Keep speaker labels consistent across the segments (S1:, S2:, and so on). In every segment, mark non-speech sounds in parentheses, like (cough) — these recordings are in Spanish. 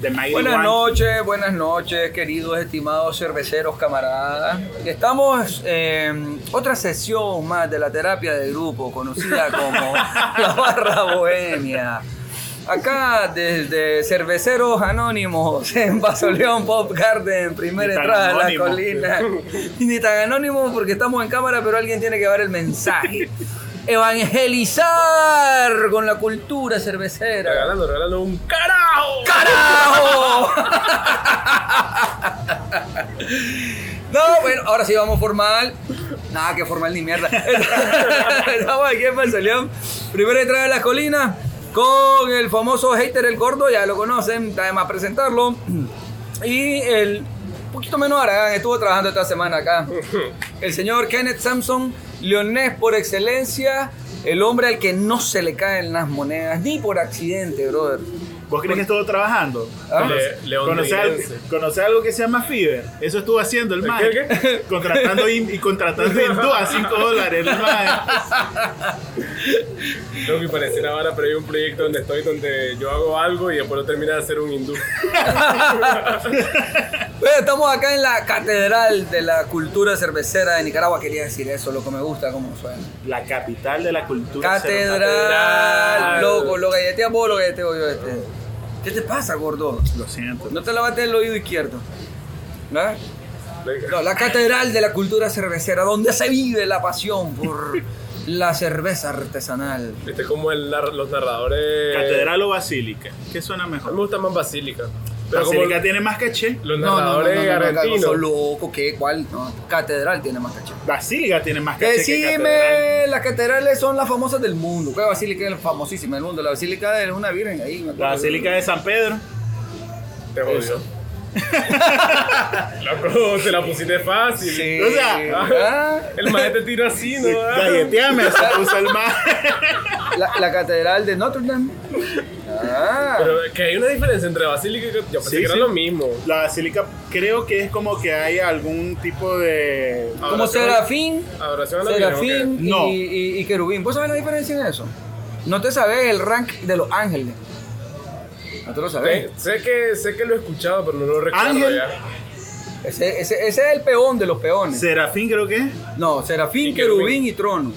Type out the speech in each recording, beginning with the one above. S1: de Mighty
S2: Buenas
S1: One.
S2: noches, buenas noches, queridos estimados cerveceros, camaradas. Estamos en otra sesión más de la terapia de grupo, conocida
S1: (laughs)
S2: como la barra bohemia. Acá desde Cerveceros Anónimos en Pasoleón Pop Garden, primera
S1: Ni tan
S2: entrada de la
S1: anónimo.
S2: colina. Ni tan anónimo porque estamos en cámara, pero alguien tiene que dar el mensaje. Evangelizar con la cultura cervecera.
S3: Regalando, regalando un carajo.
S2: ¡Carajo! No, bueno, ahora sí vamos formal. Nada que formal ni mierda. Estamos aquí en Pasoleón. Primera entrada de las colinas con el famoso hater el gordo, ya lo conocen, está de más presentarlo. Y el poquito menos Aragán estuvo trabajando esta semana acá. El señor Kenneth Sampson, leonés por excelencia, el hombre al que no se le caen las monedas, ni por accidente, brother.
S1: ¿Vos crees que estuvo trabajando?
S2: ¿Ah?
S3: Le- León
S1: ¿Conoce, al-
S3: Diguense.
S1: conoce algo que se llama Fiverr? Eso estuvo haciendo el man.
S3: ¿Qué, qué?
S1: (laughs) Contratando in- y contratando hindú a
S3: (laughs)
S1: 5 dólares el man.
S3: Lo que pareciera ahora, pero hay un proyecto donde estoy, donde yo hago algo y después lo termina de hacer un hindú.
S2: Bueno, estamos acá en la Catedral de la Cultura Cervecera de Nicaragua. Quería decir eso, lo que me gusta, cómo suena.
S1: La capital de la cultura.
S2: Catedral,
S3: Catedral.
S2: loco, lo galleteas vos, lo galleteo yo este. ¿Qué te pasa, gordo?
S1: cerveza. Lo siento.
S3: Eh.
S2: No te lavaste el oído izquierdo. ¿Verdad?
S3: Venga.
S2: No, la Catedral de la Cultura Cervecera, donde se vive la pasión
S3: (laughs)
S2: por la cerveza artesanal.
S3: Viste Este, como el nar- los narradores.
S1: Catedral o basílica. ¿Qué suena
S3: A mí
S1: mejor?
S3: me gusta más Basílica. Pero
S1: Basílica tiene más caché.
S3: como los
S2: No, no, no, no,
S3: narradores
S2: no, no, no,
S3: argentinos.
S2: sos loco, ¿qué? ¿Cuál? No, Catedral tiene más caché.
S1: Basílica tiene más caché. que catedral.
S2: Decime, las catedrales son las famosas del mundo. ¿Cuál basílica es la famosísima del mundo? La basílica es una virgen ahí. me acuerdo.
S1: La basílica de San Pedro.
S3: Te jodió. (laughs) Loco, te la pusiste fácil.
S2: Sí.
S1: O sea,
S2: ¿ah?
S3: El man te tiró así, ¿no?
S1: Galleteame, se puso el man.
S2: Ah, La, la catedral de Notre Dame. Ah.
S3: Pero que hay una diferencia entre Basílica y Cat- Yo pensé
S1: Sí,
S3: que era
S1: sí.
S3: lo mismo.
S1: La basílica creo que es como que hay algún tipo de...
S2: Como
S3: Adoración-
S2: Serafín,
S3: Adoración a la Virgen,
S2: Serafín
S3: ¿o
S2: y,
S1: No.
S2: y- y Querubín. ¿Vos sabés la diferencia en eso? No te sabés el rank de los ángeles. No te lo sabés.
S3: qué? Sé, sé que, sé que lo he escuchado, pero no lo recuerdo
S1: Ángel.
S3: ya.
S2: Ese, ese- ese es el peón de los peones.
S1: Serafín creo que es.
S2: No, Serafín,
S3: Y
S2: querubín.
S3: querubín.
S2: y trono.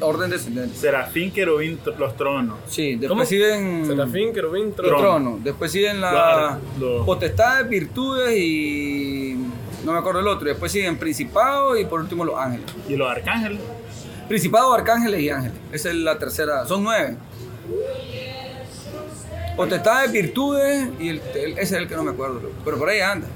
S2: Orden descendente.
S1: Serafín, querubín, t- los tronos.
S2: Sí, después
S3: ¿Cómo?
S2: siguen.
S3: Serafín, querubín,
S2: Los
S3: trono.
S1: Trono.
S2: tronos. Después siguen las
S1: Claro, los-
S2: potestades, virtudes y. No me acuerdo el otro. Después siguen principado y por último los ángeles.
S1: Y los arcángeles.
S2: Principado, arcángeles y ángeles. Esa es la tercera. Son nueve. Potestades, virtudes y el, el- ese es el que no me acuerdo. loco. Pero por ahí anda.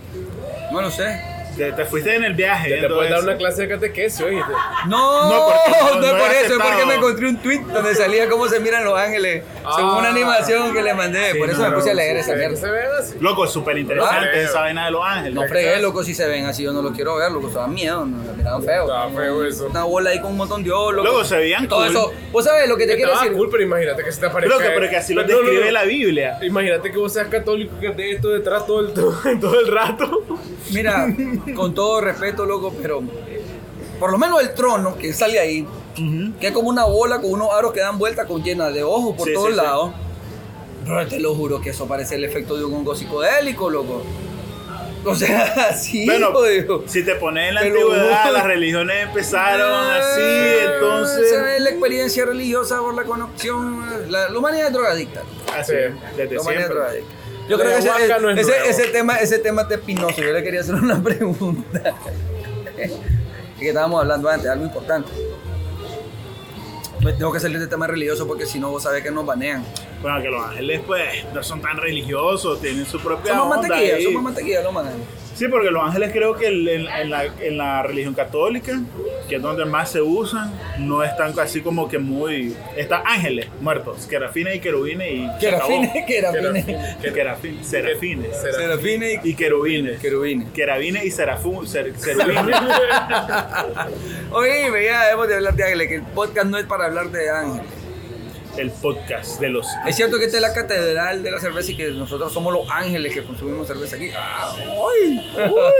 S2: No lo sé.
S1: Te, te fuiste en el viaje.
S3: Ya te
S1: viendo
S3: puedes dar
S1: eso.
S3: una clase de catequesis, oíste.
S2: No, (laughs)
S1: No,
S2: no,
S1: porque no-
S2: es
S1: no he
S2: por eso, es
S1: aceptado.
S2: porque me encontré un tweet donde salía cómo se miran los ángeles. según una
S3: Ah.
S2: animación que le mandé.
S1: Sí,
S2: por eso
S1: no,
S2: me puse a
S1: no,
S2: leer
S1: sí,
S2: esa
S3: Que
S2: mierda.
S3: se vean así.
S1: Loco, súper interesante
S3: Ah.
S1: esa vaina de los ángeles.
S2: No fregué, loco, si se ven así, yo no los quiero ver, loco, se dan miedo, no, me miran feo.
S3: Estaba feo eso.
S2: Una bola ahí con un montón de ojos, loco.
S1: Loco, se veían
S2: Todo
S1: cool.
S2: eso. Vos sabés lo que te quiero
S3: Estaba
S2: decir.
S3: cool, pero imagínate que se te aparezca.
S1: Loco, pero que así lo
S3: Pero no, no,
S1: describe
S3: no.
S1: la Biblia. (laughs)
S3: Imagínate que vos seas católico que te esto detrás todo el, todo, todo el rato.
S2: Mira,
S3: (laughs)
S2: con todo respeto, loco, pero por lo menos el trono que sale ahí, que es como una bola con unos aros que dan vuelta con llena de ojos por
S1: Sí,
S2: todos
S1: sí, sí.
S2: lados. Pero te lo juro que eso parece el efecto de un hongo psicodélico, loco. O sea, (laughs) sí,
S1: Bueno,
S2: jodido.
S1: si te pones en la
S2: Te lo
S1: antigüedad,
S2: juro.
S1: las religiones empezaron
S2: Ah,
S1: así,
S2: Se
S1: entonces...
S2: ve la experiencia religiosa por la conexión. eh, La, la humanidad es drogadicta.
S1: Así, desde
S2: La humanidad es
S1: siempre.
S2: drogadicta. Yo
S3: La
S2: creo que ese,
S3: ayahuasca no es
S2: ese-
S3: nuevo.
S2: ese tema, ese tema está espinoso. Yo le quería hacer una (laughs) pregunta. Es que estábamos hablando antes, algo importante. Me tengo que salir de tema religioso porque si no vos sabés que nos banean.
S1: Bueno, que los ángeles pues no son tan religiosos, tienen su propia
S2: Somos
S1: onda
S2: mantequilla,
S1: ahí.
S2: somos mantequilla, lo mandan.
S1: Sí, porque los ángeles creo que en, en- en la, en la religión católica, que es donde más se usan, no están así como que muy... Están ángeles muertos, querafines y querubines y... se
S2: Que era
S1: acabó.
S2: fine, que era fine.
S3: Serafín.
S1: Querafines, serafines
S3: Serafín.
S2: Serafines y
S1: y querubines.
S2: querubines.
S1: Querabines y serafú, ser, serubines.
S2: Oye, ya debemos de hablar de ángeles, que el podcast no es para hablar de ángeles.
S1: el podcast de los...
S2: Es cierto que esta es la catedral de la cerveza y que nosotros somos los ángeles que consumimos cerveza aquí. Ah, ¡Uy!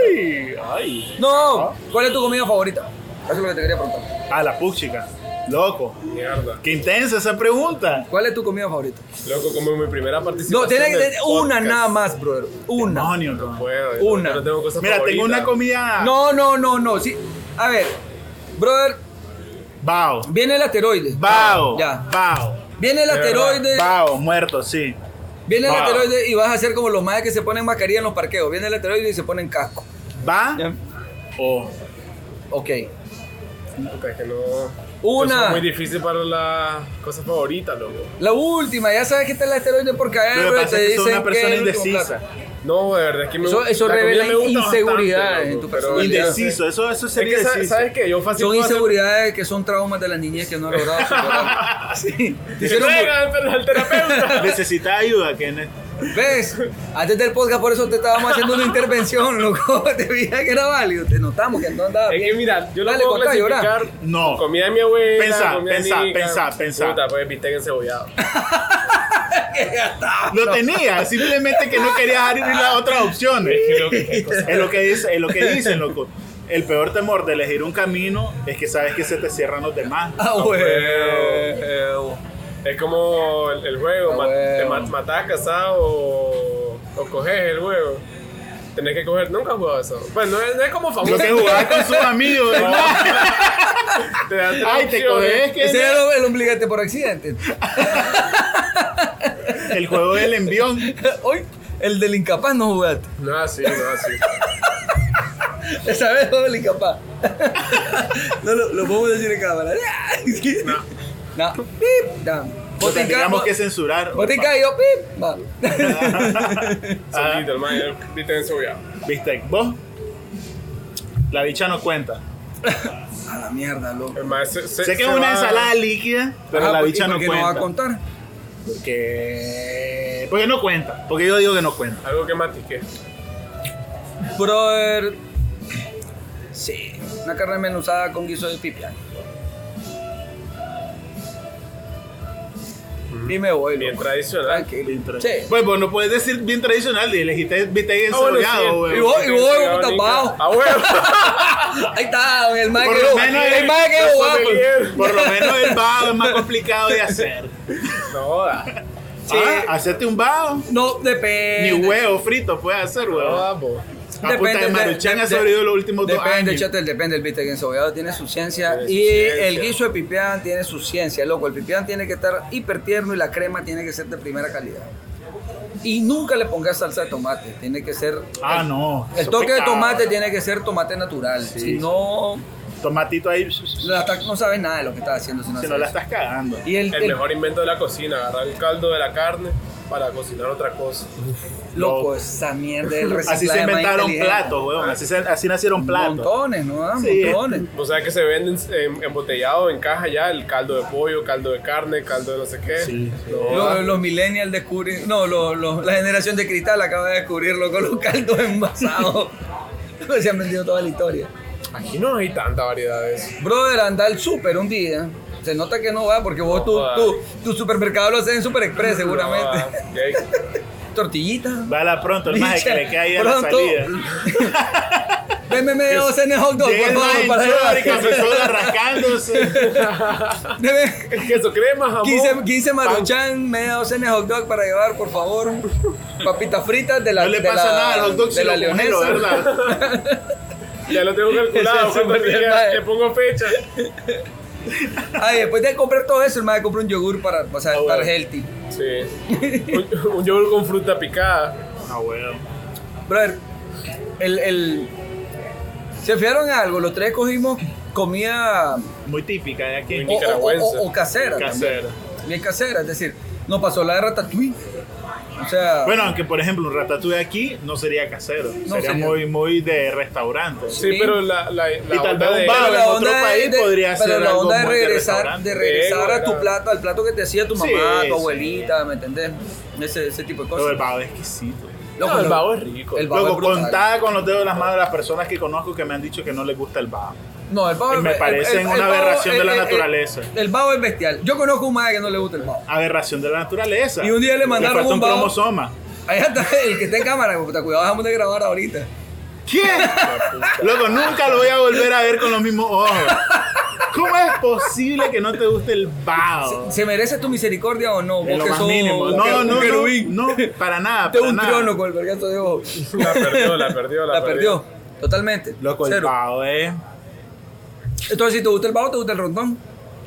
S1: ¡Uy! ¡Ay!
S2: No, ¿cuál es tu comida favorita? Eso es lo que te quería preguntar.
S1: Ah, la puchica. Loco.
S3: Mierda.
S1: Qué intensa esa pregunta.
S2: ¿Cuál es tu comida favorita?
S3: Loco, como mi primera participación.
S2: No, tiene que
S3: del
S2: tener una
S3: podcast.
S2: nada más, brother. Una.
S1: Demonios, bro.
S3: Puedo,
S2: Una.
S3: yo no tengo cosas
S1: Mira, tengo
S3: favoritas.
S1: una comida.
S2: No, no, no, no. Sí. A ver, brother,
S1: Bao.
S2: viene el asteroide.
S1: Bao.
S2: Ya.
S1: Bao.
S2: Viene el
S3: verdad.
S2: asteroide.
S1: Bao, muerto, sí.
S2: Viene el
S1: Bao.
S2: asteroide y vas a hacer como los más que se ponen mascarilla en los parqueos. Viene el asteroide y se ponen casco.
S1: Va
S2: Ya.
S1: o.
S2: Ok.
S3: Puta, es que no.
S2: Una.
S3: Es muy difícil para la cosa favorita, loco.
S2: La última, ya sabes que está el asteroide por caer,
S1: Lo que
S2: brother,
S1: pasa
S2: Eh, te
S1: es que soy
S2: dicen
S1: una persona
S2: que es el último
S1: indecisa.
S2: plato.
S3: No, de verdad es que me
S2: Eso- eso
S3: la comida
S2: revela
S3: me gusta
S2: inseguridades en tu
S3: loco, pero-
S2: personalidad.
S1: Indeciso, eso, eso
S3: Es
S1: sería
S3: que, ¿sabes,
S1: indeciso.
S3: ¿sabes qué? Yo fácil
S2: Son
S3: puedo hacer-
S2: inseguridades que son traumas de la niñez que no han logrado superar. (laughs)
S1: Sí.
S2: Te hicieron mu-
S3: (laughs) Venga,
S2: (laughs)
S3: al terapeuta.
S1: Necesita ayuda, que ne-
S2: ¿Ves? Antes del podcast por eso te estábamos haciendo una intervención, loco. (laughs) Te dije que era válido. Te notamos que no andaba
S3: Es que
S2: bien.
S3: mira, yo la
S2: Dale,
S3: puedo
S2: contá, llorá.
S3: clasificar.
S1: No.
S3: Comida de Oh. mi abuela.
S1: Pensá,
S3: comida
S1: pensá,
S3: nica.
S1: pensá, pensá.
S3: Puta, pues bistec encebollado.
S1: Lo tenía, simplemente que no quería abrir las otras opciones.
S3: Es que lo que- qué cosa.
S1: (laughs) Es lo que, dice, es lo que dicen, loco. El peor temor de elegir un camino es que sabes que se te cierran los demás.
S2: Ah, eh, huevo.
S3: Es como el, el juego,
S2: Ah,
S3: ma- te
S2: bueno.
S3: ma- matás, casás o, o coges el juego. Tenés que coger, nunca has jugado eso. Pues no es, no es como famoso.
S1: Lo que jugabas con sus amigos, ¿verdad?
S3: te dan tres
S1: Ay, te
S3: opciones.
S1: coges
S2: Ese
S1: que
S2: era el obligante por accidente.
S1: el juego del envión.
S2: (laughs) Hoy, el del incapaz no jugaste.
S3: No así, no
S1: (laughs)
S3: así.
S2: Esa vez fue el (laughs) incapaz. No lo, lo podemos decir en cámara. No. (laughs) No. Pip. No.
S1: Lo
S2: Botica,
S1: tendríamos
S2: bo-
S1: que censurar.
S2: Botica y yo, pip. (laughs) Va.
S1: Ah.
S3: Solito, el man, el bistec encebollado.
S1: Viste, vos. La bicha no cuenta.
S2: A la mierda, loco.
S3: El man se- se-
S1: Sé que
S3: se
S1: es una
S3: va-
S1: ensalada líquida, pero
S2: Ajá,
S1: la
S2: ¿por-
S1: bicha
S2: y por
S1: no
S2: qué no va a
S1: cuenta.
S2: contar?
S1: porque... porque no cuenta. Porque yo digo que no cuenta.
S3: Algo que matique.
S2: Brother. Sí. Una carne menuzada con guiso de pipián. Dime voy.
S3: Bien
S2: loco.
S3: tradicional.
S2: Tranquilo.
S1: Bien tra-
S2: Sí.
S1: Pues vos no puedes decir bien tradicional y elegiste viste
S3: Ah, bueno,
S1: encebollado,
S3: sí.
S1: güey.
S2: Y vos- y vos,
S3: Encebollado,
S2: puta,
S3: nica.
S2: pavo.
S3: Ah,
S2: (laughs)
S3: bueno.
S2: Ahí está, el más
S1: Por
S2: que
S1: lo
S2: yo-
S1: menos
S2: El
S1: él-
S2: más que yo
S3: Yo
S2: guapo.
S3: soy bien.
S1: Por lo menos el vago es más complicado de hacer.
S3: No joda.
S2: Sí.
S1: Ah, hacerte un vago.
S2: No, depende.
S1: Ni huevo frito puedes hacer,
S3: No
S1: güey.
S3: joda, po.
S1: A puta de Maruchan ha sobrevivido los últimos dos
S2: depende,
S1: años.
S2: chatel, depende. El bistec ensobeado tiene su ciencia.
S3: Tiene su
S2: y
S3: ciencia.
S2: el guiso de pipián tiene su ciencia, loco. El pipián tiene que estar hiper tierno y la crema tiene que ser de primera calidad. Y nunca le pongas salsa de tomate. Tiene que ser.
S1: Ah, no.
S2: El
S1: eso
S2: toque de
S1: pecado.
S2: tomate tiene que ser tomate natural. Si no,
S1: Tomatito ahí.
S2: la estás- no sabes nada de lo que estás haciendo. Si no,
S1: Si no
S2: haces
S1: la
S2: eso.
S1: estás cagando.
S2: Y el,
S3: El
S2: el-
S3: mejor invento de la cocina, agarrar el caldo de la carne para cocinar otra cosa.
S2: loco, esa mierda del
S1: (laughs) Así se
S2: reciclaje más
S1: inventaron
S2: inteligente.
S1: platos, weón. Así, se- así nacieron platos.
S2: Montones, ¿no? Ah,
S1: Sí.
S2: Montones.
S3: O sea que se venden en- embotellado en caja ya el caldo de pollo, caldo de carne, caldo de no sé qué.
S1: Sí, sí.
S3: No ah,
S2: Lo-
S3: joda.
S2: los millennials descubren, no, lo- lo- la generación de cristal acaba de descubrirlo con los caldos envasados. (laughs) Se han vendido toda la historia.
S3: Aquí no hay tanta variedad de eso.
S2: Brother, anda al súper un día. Se nota que no va porque vos
S3: No
S2: tu,
S3: jodas.
S2: tu, tu supermercado lo haces en Super Express seguramente. (laughs)
S3: No, ah, y ahí-
S2: Tortillitas.
S1: Vala pronto, el más que le queda ahí a la
S2: Pronto.
S1: salida.
S2: (laughs) Deme medio docena de hot
S1: (laughs)
S2: dog, por
S1: Lleno
S2: favor,
S1: en
S2: para
S1: chorro y
S2: llevar.
S1: camisola rascándose.
S2: Deme
S3: queso crema, jamón.
S2: 15, 15
S3: pan.
S2: maruchan, media docena de hot dog para llevar, por favor. Papitas fritas de la
S1: No le
S2: de
S1: pasa
S2: la-
S1: nada al hot dog
S2: de
S1: si
S2: la
S1: lo congelo,
S2: leonesa.
S1: ¿verdad?
S3: Ya lo tengo
S2: Ese
S3: calculado.
S2: es
S3: cuando
S2: súper
S3: llegue,
S2: bien, madre.
S3: le pongo fecha.
S2: Ay, Ah, después de comprar todo eso, el madre compró un yogur para, o sea,
S1: Ah,
S2: estar
S1: bueno.
S2: healthy.
S3: Sí. Un, un yogur con fruta picada.
S1: Ah, weón.
S2: Brother, el, el... ¿Se fijaron en algo? Los tres cogimos comida o-
S1: Muy típica de aquí.
S2: o,
S3: Nicaragüense.
S2: o- o casera. también.
S1: Casera.
S2: Bien casera, es decir, nos pasó la de ratatouille. O sea,
S1: Bueno, aunque por ejemplo un ratatouille aquí no sería casero,
S2: No
S1: sería
S2: sería.
S1: muy muy de restaurante.
S3: Sí,
S2: Sí.
S3: pero la, la, la
S1: tal
S3: onda
S1: vez un
S3: de-
S1: bar.
S2: pero
S1: en otro país podría
S2: pero
S1: ser
S2: la
S1: algo
S2: onda de
S1: muy de
S2: regresar,
S1: restaurante.
S2: de regresar
S3: Ego,
S2: a tu
S3: era.
S2: plato, al plato que te hacía tu mamá,
S1: Sí,
S2: tu
S1: sí.
S2: abuelita, ¿me entendés? Ese, ese tipo de
S1: Todo el
S2: cosas.
S1: vago es exquisito.
S2: Loco,
S3: No, el
S2: loco.
S3: vago es rico.
S2: El vago es
S1: Luego,
S2: brutal.
S1: contada con los dedos de las manos de las personas que conozco que me han dicho que no les gusta el vago.
S2: No, el pavo
S1: Me
S2: el-
S1: parece una
S2: pavo-
S1: aberración de la naturaleza.
S2: El, pavo es bestial. Yo conozco un madre que no le gusta el pavo.
S1: Aberración de la naturaleza.
S2: Y un día le mandaron
S1: falta
S2: un
S1: un
S2: vago.
S1: cromosoma.
S2: Ahí está el que está en cámara, puta, cuidado, dejamos de grabar ahorita.
S1: (laughs) ¿Quién? Luego nunca lo voy a volver a ver con los mismos ojos. ¿Cómo es posible que no te guste el bao?
S2: ¿Se merece tu misericordia o no?
S1: Es
S2: Vos
S1: lo
S2: que
S1: más
S2: sos
S1: mínimo.
S2: un-
S1: No,
S2: un
S1: no, no,
S2: querubín.
S1: no, para nada,
S2: Te
S1: para
S2: un
S1: nada.
S2: triono con el vergazo de ojo.
S3: La perdió, la perdió, la,
S2: La perdió. Totalmente.
S1: Loco, el
S2: Cero.
S1: bao, eh.
S2: Entonces, si te gusta el bao, te gusta el rondón.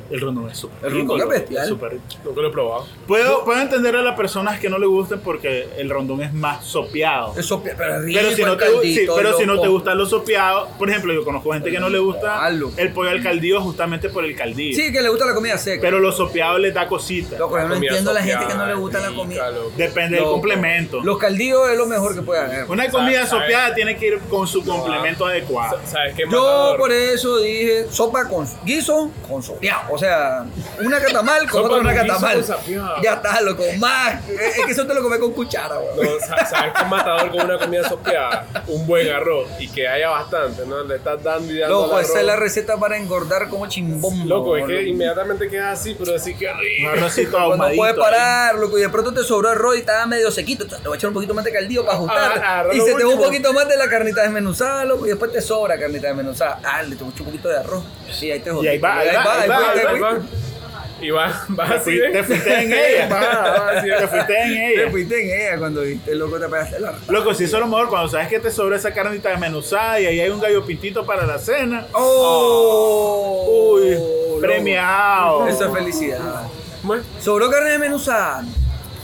S1: El rondón es súper
S2: El rondón
S1: rico,
S2: es
S1: loco,
S2: bestial.
S1: súper rico.
S3: Nunca lo he probado.
S1: Puedo, puedo entender a las personas que no le gusten porque el rondón es más sopeado.
S2: Eso, pero es rico.
S1: Pero si,
S2: el
S1: no te, gu-
S2: caldito,
S1: sí, pero si no
S2: loco.
S1: te gustan los sopeados, por ejemplo, yo conozco gente que no le gusta
S2: Malo.
S1: el pollo al caldillo justamente por el caldillo.
S2: Sí, que le gusta la comida seca.
S1: Pero los sopeados les da cositas.
S2: Loco, yo no
S3: Comida
S2: entiendo a la gente que
S3: sopeada,
S2: no le gusta la
S3: rica,
S2: comida.
S3: loco.
S1: Depende del
S2: Loco.
S1: complemento.
S2: Los caldillos es lo mejor que puede haber.
S1: Una comida
S3: ¿Sabes?
S1: sopeada tiene que ir con su complemento adecuado.
S3: Sa- ¿Sabes qué?
S2: Yo
S3: matador?
S2: por eso dije sopa con guiso con sopeado. O sea, una catamal con
S3: Sopa
S2: otra una
S3: con guiso
S2: catamal.
S3: con sopeado.
S2: Ya está, loco. Más. Es que eso te lo comés con cuchara, weón.
S3: No, sa- ¿Sabes qué? Matador con una comida sopeada, un buen arroz y que haya bastante, ¿no? Le estás dando y dando. al
S2: Loco,
S3: arroz.
S2: esa es la receta para engordar como chimbón.
S3: Loco, es que
S2: boludo.
S3: inmediatamente quedas así, pero así que
S1: Un
S3: rico.
S1: arrocito
S2: Cuando
S1: ahumadito.
S2: Pues puedes
S1: ahí.
S2: parar, loco, y de pronto te sobró arroz y estaba medio sequito, entonces te voy a echar un poquito más de caldillo para
S3: Ah,
S2: ajustar.
S3: arroz
S2: Y se te va un
S3: último.
S2: poquito más de la carnita desmenuzada, loco, y después te sobra carnita desmenuzada. Ah, le te echo un poquito de arroz. Sí, ahí te jodiste.
S1: ahí va, ahí va, ahí va,
S2: fuiste,
S1: ahí
S3: Ahí
S2: pues, fuiste.
S3: pues, va. Y vas va
S1: Te,
S3: así. ¿eh?
S1: fui- te fuiste
S3: (laughs)
S1: en ella.
S3: Ah, Va, va así.
S1: te fuiste en
S2: Te
S1: ella.
S2: fuiste en ella cuando viste, loco, te pegaste la
S1: Loco, si eso es lo mejor, cuando sabes que te sobra esa carnita desmenuzada y ahí hay un gallo pintito para la cena.
S2: ¡Oh!
S1: Ah. Uy,
S2: loco.
S1: premiado.
S2: Eso es felicidad.
S3: Bueno,
S2: ¿Sobró carne desmenuzada?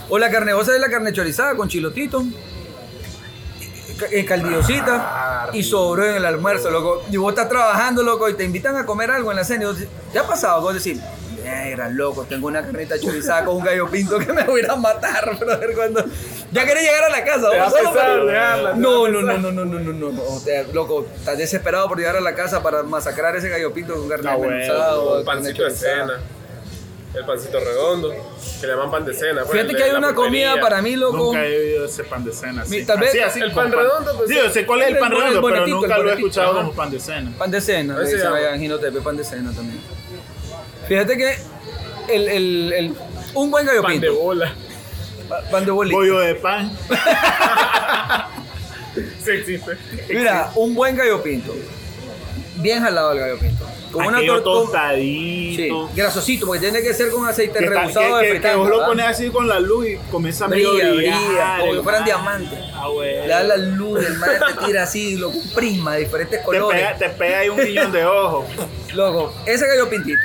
S2: O la carne osa de la carne chorizada con chilotito. ca- eh, Caldiosita y sobró en el almuerzo, loco. Y vos estás trabajando, loco, y te invitan a comer algo en la cena. y vos decís, ¿Te ha pasado? Vos decís, negra, loco, tengo una carnita chorizada con un gallo pinto que me voy a ir a matar, (laughs) brother, cuando. Ya querés llegar a la casa, vos
S3: Te va a
S2: solo
S3: pesar, ¿eh?
S2: para-
S3: dejarla, te
S2: No,
S3: va a
S2: no, no,
S3: pesar.
S2: no, no, no, no, no, no. O sea, loco, estás desesperado por llegar a la casa para masacrar ese gallo pinto con carne
S1: Ah, bueno,
S2: desmenuzada. o carne
S3: un pancito de
S2: chorizada.
S3: cena. El pancito redondo, que le llaman pan de cena. pues,
S2: Fíjate
S3: el
S2: que
S3: de
S2: hay
S3: la
S2: una
S3: pulpería.
S2: comida para mí, loco.
S1: Nunca he vivido ese pan de cena. Así.
S2: Mi- tal vez-
S1: Así, así,
S3: El
S1: con
S3: pan redondo, pues,
S1: Sí, yo sé cuál es el
S2: el
S1: pan
S2: bon- el
S1: redondo, pero
S2: bonetito, el
S1: nunca lo he
S2: bonetito,
S1: escuchado
S2: ajá.
S1: como pan de cena.
S2: Pan de cena, le
S3: Ese
S2: dicen
S3: llama.
S2: allá en Ginotepe, pan de cena también. Fíjate que el, el, el, un buen gallo
S3: Pan de
S2: pinto,
S3: bola. (laughs)
S2: pa- pan de bolita.
S1: Pollo de pan.
S3: Sí existe.
S2: Mira, un buen gallo pinto. Bien jalado el gallo pinto. Con una
S1: Aquello
S2: tortilla. Sí,
S1: tostadito.
S2: grasosito, porque tiene que ser con aceite
S1: Que, está-
S2: rebusado
S1: que-
S2: de
S1: que- que
S2: fritanga.
S1: vos lo
S2: ¿verdad?
S1: pones así con la luz y comienza a
S2: Brilla,
S1: medio
S2: brilla,
S1: brillar,
S2: como que fueran
S1: hermano.
S2: diamantes.
S1: Ah, güey.
S2: Le da la luz, el madre te tira así, loco, un prisma de diferentes
S1: te
S2: colores.
S1: pega, te pega ahí un millón
S2: (laughs)
S1: de ojos.
S2: Loco, ese gallo pintito.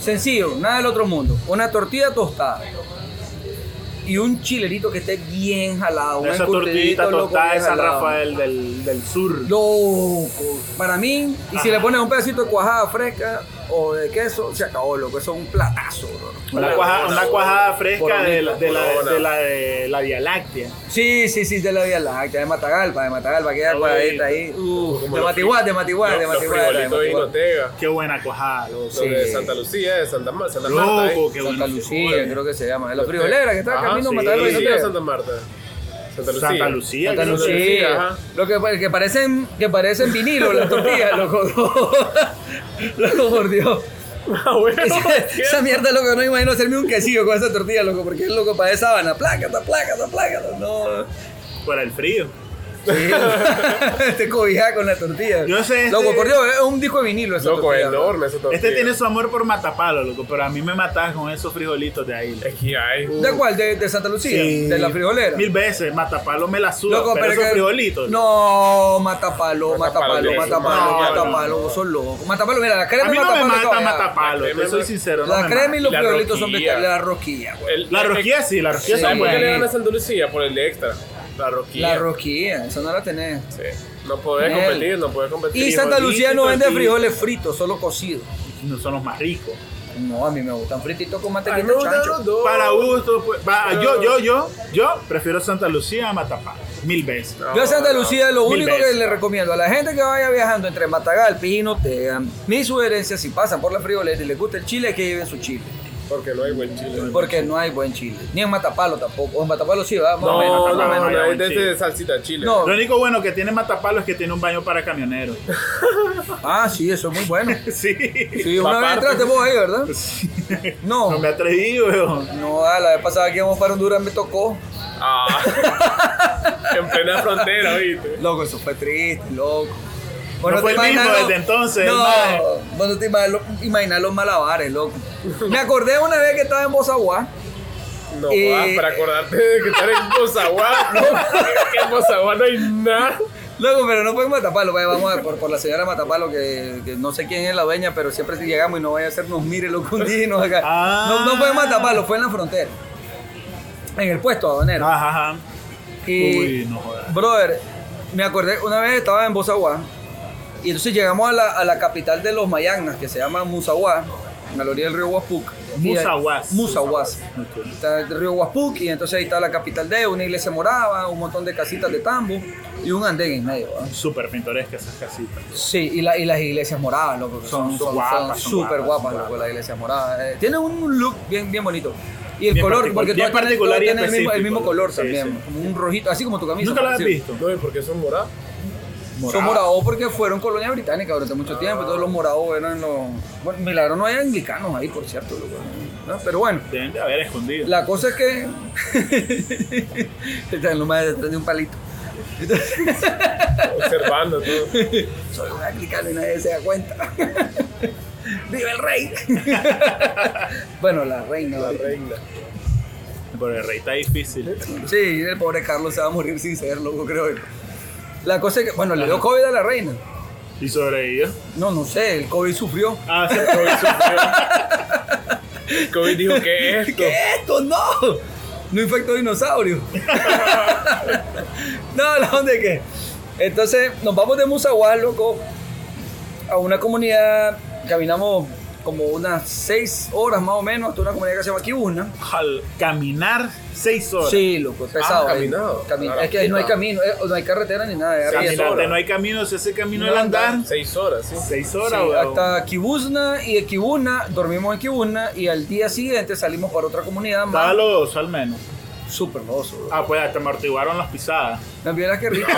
S2: Sencillo, nada del otro mundo. Una tortilla tostada. Y un chilerito que esté bien jalado. un
S1: Esa
S2: encurtidito,
S1: tortillita
S2: loco,
S1: tostada de
S2: bien
S1: San
S2: jalado.
S1: Rafael del, del sur.
S2: Loco. Para mí, y si
S1: Ajá.
S2: le
S3: Ah.
S2: pones un pedacito de cuajada fresca o de queso, se acabó, loco. Eso es un platazo, bro.
S1: Una, cuaja- una cuajada fresca de la,
S3: Bonita,
S1: de, la, de,
S3: bonita.
S1: la, de la Vía Láctea.
S2: Sí, sí, sí, de la Vía Láctea, de Matagalpa, de Matagalpa, que ya
S1: Ay,
S2: cuadradita ahí. Uh,
S3: Como
S2: de
S3: los
S2: Matiguá, de
S3: fri-
S2: Matiguá, de
S3: los- Los
S2: Matiguá. de
S3: frijolitos de
S2: Matiguá.
S3: Ginotega.
S1: Qué buena cuajada, loco.
S3: Los de
S2: Sí.
S3: Santa Lucía, de Santa, Ma- Santa Marta. ¿eh?
S1: Loco, qué
S2: Santa
S1: buena
S2: Lucía, creo que se llama. La frijolera que está
S3: Ajá,
S2: camino a
S3: sí,
S2: Matagalpa.
S3: sí,
S2: Ginotega.
S3: o Santa Marta. Santa Lucía.
S1: Santa Lucía.
S2: Santa
S1: creo que-
S3: Lucía.
S2: Lucía.
S3: ajá.
S2: Lo que, que parecen que parecen vinilo las
S1: (laughs)
S2: tortillas, loco. (laughs) loco, por Dios.
S1: (laughs)
S3: Ah, bueno,
S2: (laughs) Esa,
S3: ¿qué?
S2: esa mierda, loco, no imagino hacerme un quesillo con esa tortilla, loco, porque es loco para esa sábana. Plácata, plácata, plácata. No.
S1: Para el frío.
S2: (laughs) Sí. Te cobijás con la tortilla.
S1: Yo sé, este-
S2: Loco, por Dios, es un disco de vinilo esa
S3: Loco,
S2: tortilla.
S3: enorme esa tortilla.
S1: Este tiene su amor por matapalo, loco, pero a mí me matas con esos frijolitos de ahí. loco.
S3: Es que hay.
S2: ¿De cuál? ¿De, de Santa Lucía?
S1: Sí.
S2: ¿De la frijolera?
S1: Mil veces, matapalo me la suda,
S2: Loco,
S1: pero,
S2: pero
S1: esos
S2: que-
S1: frijolitos.
S2: No, matapalo, matapalo,
S3: Matapalo,
S2: matapalo,
S1: no, no,
S2: matapalo, vos sos loco. Matapalo, mira, la crema
S1: a mí no me
S2: matapalo que
S1: mata
S2: vaya.
S1: matapalo,
S3: La
S1: te soy
S3: crema-
S1: sincero. no
S2: La
S1: me
S2: crema y
S1: mata.
S2: los
S3: Y la
S2: frijolitos son
S3: rosquilla.
S2: bestiales. La rosquilla, güey.
S3: El-
S1: La rosquilla sí, la rosquilla
S2: Sí.
S1: sí,
S3: ¿Sabes por qué
S1: buena.
S3: le dan a Santa Lucía? Por el extra. La rosquilla.
S2: La rosquilla, esa no la tenés.
S3: Sí. No podés
S2: Nel.
S3: competir, no podés competir.
S2: Y Santa Lucía no vende
S1: tortilla.
S2: frijoles fritos, solo cocidos.
S1: No son los más ricos.
S2: No, a mí me gustan frititos con
S3: A mí
S2: mantequilla
S3: me gustan
S2: chancho.
S3: los dos.
S1: Para gusto, pues, va,
S3: Pero-
S1: yo, yo, yo, yo prefiero Santa Lucía a matapalo, mil veces.
S3: No,
S2: Yo a Santa
S3: no.
S2: Lucía lo
S1: Mil
S2: único
S1: veces.
S2: que le recomiendo a la gente que vaya viajando entre Matagalpa y Ginotega, mi sugerencia si pasan por la friolera y les gusta el chile es que lleven su chile,
S3: Porque no hay buen chile.
S2: porque no hay buen chile, ni en Matapalo tampoco, o en Matapalo sí va, más o
S3: No,
S2: menos.
S3: no,
S1: tampoco
S3: no,
S1: hay
S3: no,
S1: buen
S3: es de
S1: chile.
S3: ese salsita chile.
S2: No.
S1: Lo único bueno que tiene matapalo es que tiene un baño para camioneros. (laughs)
S2: Ah, sí, eso es muy
S3: (laughs)
S2: bueno.
S1: sí.
S2: Sí, una vez
S1: Aparte-
S2: entraste vos ahí, ¿verdad? No.
S1: (laughs) No me atreví, weón.
S2: No, ah, la vez pasada que íbamos para Honduras me tocó.
S3: Ah. (laughs) en plena frontera, ¿viste?
S2: Loco, eso fue triste, loco.
S1: No fue el mismo desde entonces,
S2: No,
S1: mae.
S2: vos no te imaginas, lo- imaginas los malabares, loco. Me acordé una vez que estaba en Bozaguá.
S3: No,
S2: Eh,
S3: va, para acordarte de que estar en
S2: (laughs)
S3: Bozaguá. No, que en Bozaguá no hay nada.
S2: Loco, pero no podemos Matapalo, vaya, vamos a por, por la señora Matapalo, que, que no sé quién es la dueña, pero siempre si llegamos y no vaya a hacer nos mire loco un día y nos haga-
S1: Ah.
S2: No, no fue en Matapalo, fue en la frontera. En el puesto aduanero.
S1: Ajá, ajá.
S2: Y,
S1: Ah, Uy, no jodas.
S2: Brother, me acordé, una vez estaba en Bozaguá y entonces llegamos a la, a la capital de los Mayagnas, que se llama Musaguá, en la orilla del río Huaspuc. Y-
S1: Musaguas.
S2: Musaguás.
S1: Ok.
S2: Está el río Huaspuc y entonces ahí está la capital de una iglesia moraba, un montón de casitas de tambo y un andén en medio. ¿va?
S1: Súper pintorescas esas casitas.
S2: Sí, y, la- y las iglesias moradas, loco. que
S1: Son guapas, son
S2: súper
S1: guapas,
S2: guapas,
S1: son
S2: loco, las iglesias moradas. Eh, tienen un look bien, bien bonito. Y el
S1: Bien
S2: color,
S1: particu-
S2: porque
S1: bien
S2: todas tienen,
S1: particular
S2: todas
S1: y
S2: tienen el, mismo, el
S1: específico,
S2: mismo color
S1: sí,
S2: también,
S1: sí.
S2: como un rojito, así como tu camisa.
S1: Nunca las has
S2: parecido.
S1: visto.
S3: No, ¿y por qué son morados?
S2: Son
S1: Morado.
S2: morados porque fueron colonia británica durante mucho tiempo. Todos los morados eran los. Bueno, milagro no hay anglicanos ahí, por cierto. loco, ¿no? Pero bueno,
S1: Deben de haber escondido.
S2: la cosa es que. (laughs) Están los más detrás de un palito.
S3: Observando tú.
S1: (laughs)
S2: Soy un anglicano y nadie se da cuenta. (laughs) ¡Viva el rey! (laughs) bueno, la reina.
S3: La
S2: la reina.
S3: reina.
S1: Pero el rey está difícil.
S2: Sí, el pobre Carlos se va a morir sin ser loco, creo yo. La cosa es que, bueno, le dio COVID a la reina.
S1: ¿Y sobrevivió?
S2: No, no sé, el COVID sufrió.
S1: Ah, se COVID sufrió.
S3: El COVID dijo que esto.
S2: ¿Qué es esto? ¡No! No infectó dinosaurio. no, no, ¿dónde qué? Entonces, nos vamos de Musaguá, loco, a una comunidad, caminamos como unas seis horas más o menos hasta una comunidad que se llama Kibuna.
S1: Al caminar seis horas.
S2: Sí, loco, es pesado.
S3: Ah, caminado.
S2: Cami-
S3: Claro.
S2: es que ahí no hay camino, eh, no hay carretera ni nada. es
S3: Sí,
S2: arriba.
S3: seis
S1: Caminante,
S3: horas.
S1: no hay camino, se hace camino
S2: No
S1: al
S2: andar.
S1: andar.
S3: Seis horas, sí.
S1: Seis
S2: Sí,
S1: horas, weón.
S2: hasta Kibuzna y de Kibuna dormimos en Kibuna y al día siguiente salimos para otra comunidad
S1: Estaba
S2: más.
S1: los al menos.
S2: Súper lodoso, bro.
S1: Ah, pues te amortiguaron las pisadas.
S2: Las vieras que ah,
S3: (laughs)
S2: rico.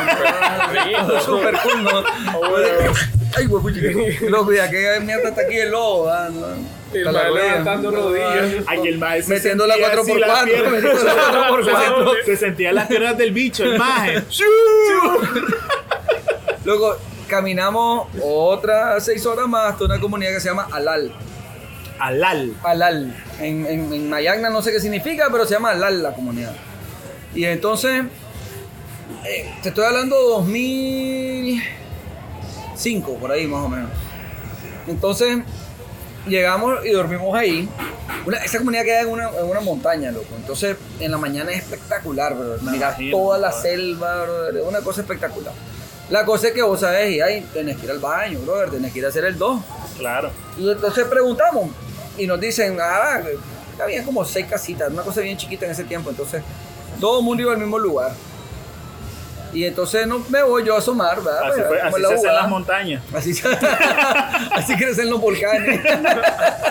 S3: rico.
S2: Súper cool, ¿no?
S3: Oh, bueno.
S2: Ay, huevo, chiquito. Loco, de aquella mierda está aquí el lobo, ¿ah? ¿no?
S3: Y el
S2: Hasta la
S3: man
S2: rodilla.
S3: levantando rodillas.
S1: Aquí el maestro. se
S2: Metiendo la
S1: sentía
S2: 4x4,
S1: así las piernas.
S2: metiendo la 4x4.
S1: (laughs) Se sentían las piernas del bicho,
S2: (laughs)
S1: el maje.
S2: Luego caminamos otras seis horas más hasta una comunidad que se llama Alal.
S1: Alal.
S2: Alal. En, en, en Mayagna no sé qué significa, pero se llama Alal la comunidad. Y entonces, eh, te estoy hablando 2005, por ahí más o menos. Entonces, llegamos y dormimos ahí. Una, esa comunidad queda en una, en una montaña, loco. Entonces, en la mañana es espectacular, bro.
S1: Me
S2: Mirar
S1: imagino,
S2: toda la
S1: bro.
S2: selva, brother, Es una cosa espectacular. La cosa es que vos sabés, y ahí tenés que ir al baño, brother. Tenés que ir a hacer el 2.
S1: Claro.
S2: Y entonces preguntamos y nos dicen, ah, había como seis casitas, una cosa bien chiquita en ese tiempo, entonces todo el mundo iba al mismo lugar. Y entonces no me voy yo a asomar, ¿verdad?
S1: Así,
S2: Pues,
S1: fue,
S2: como
S1: así
S2: la
S1: se hacen
S2: jugada.
S1: las montañas.
S2: Así, se- (laughs) así crecen los volcanes.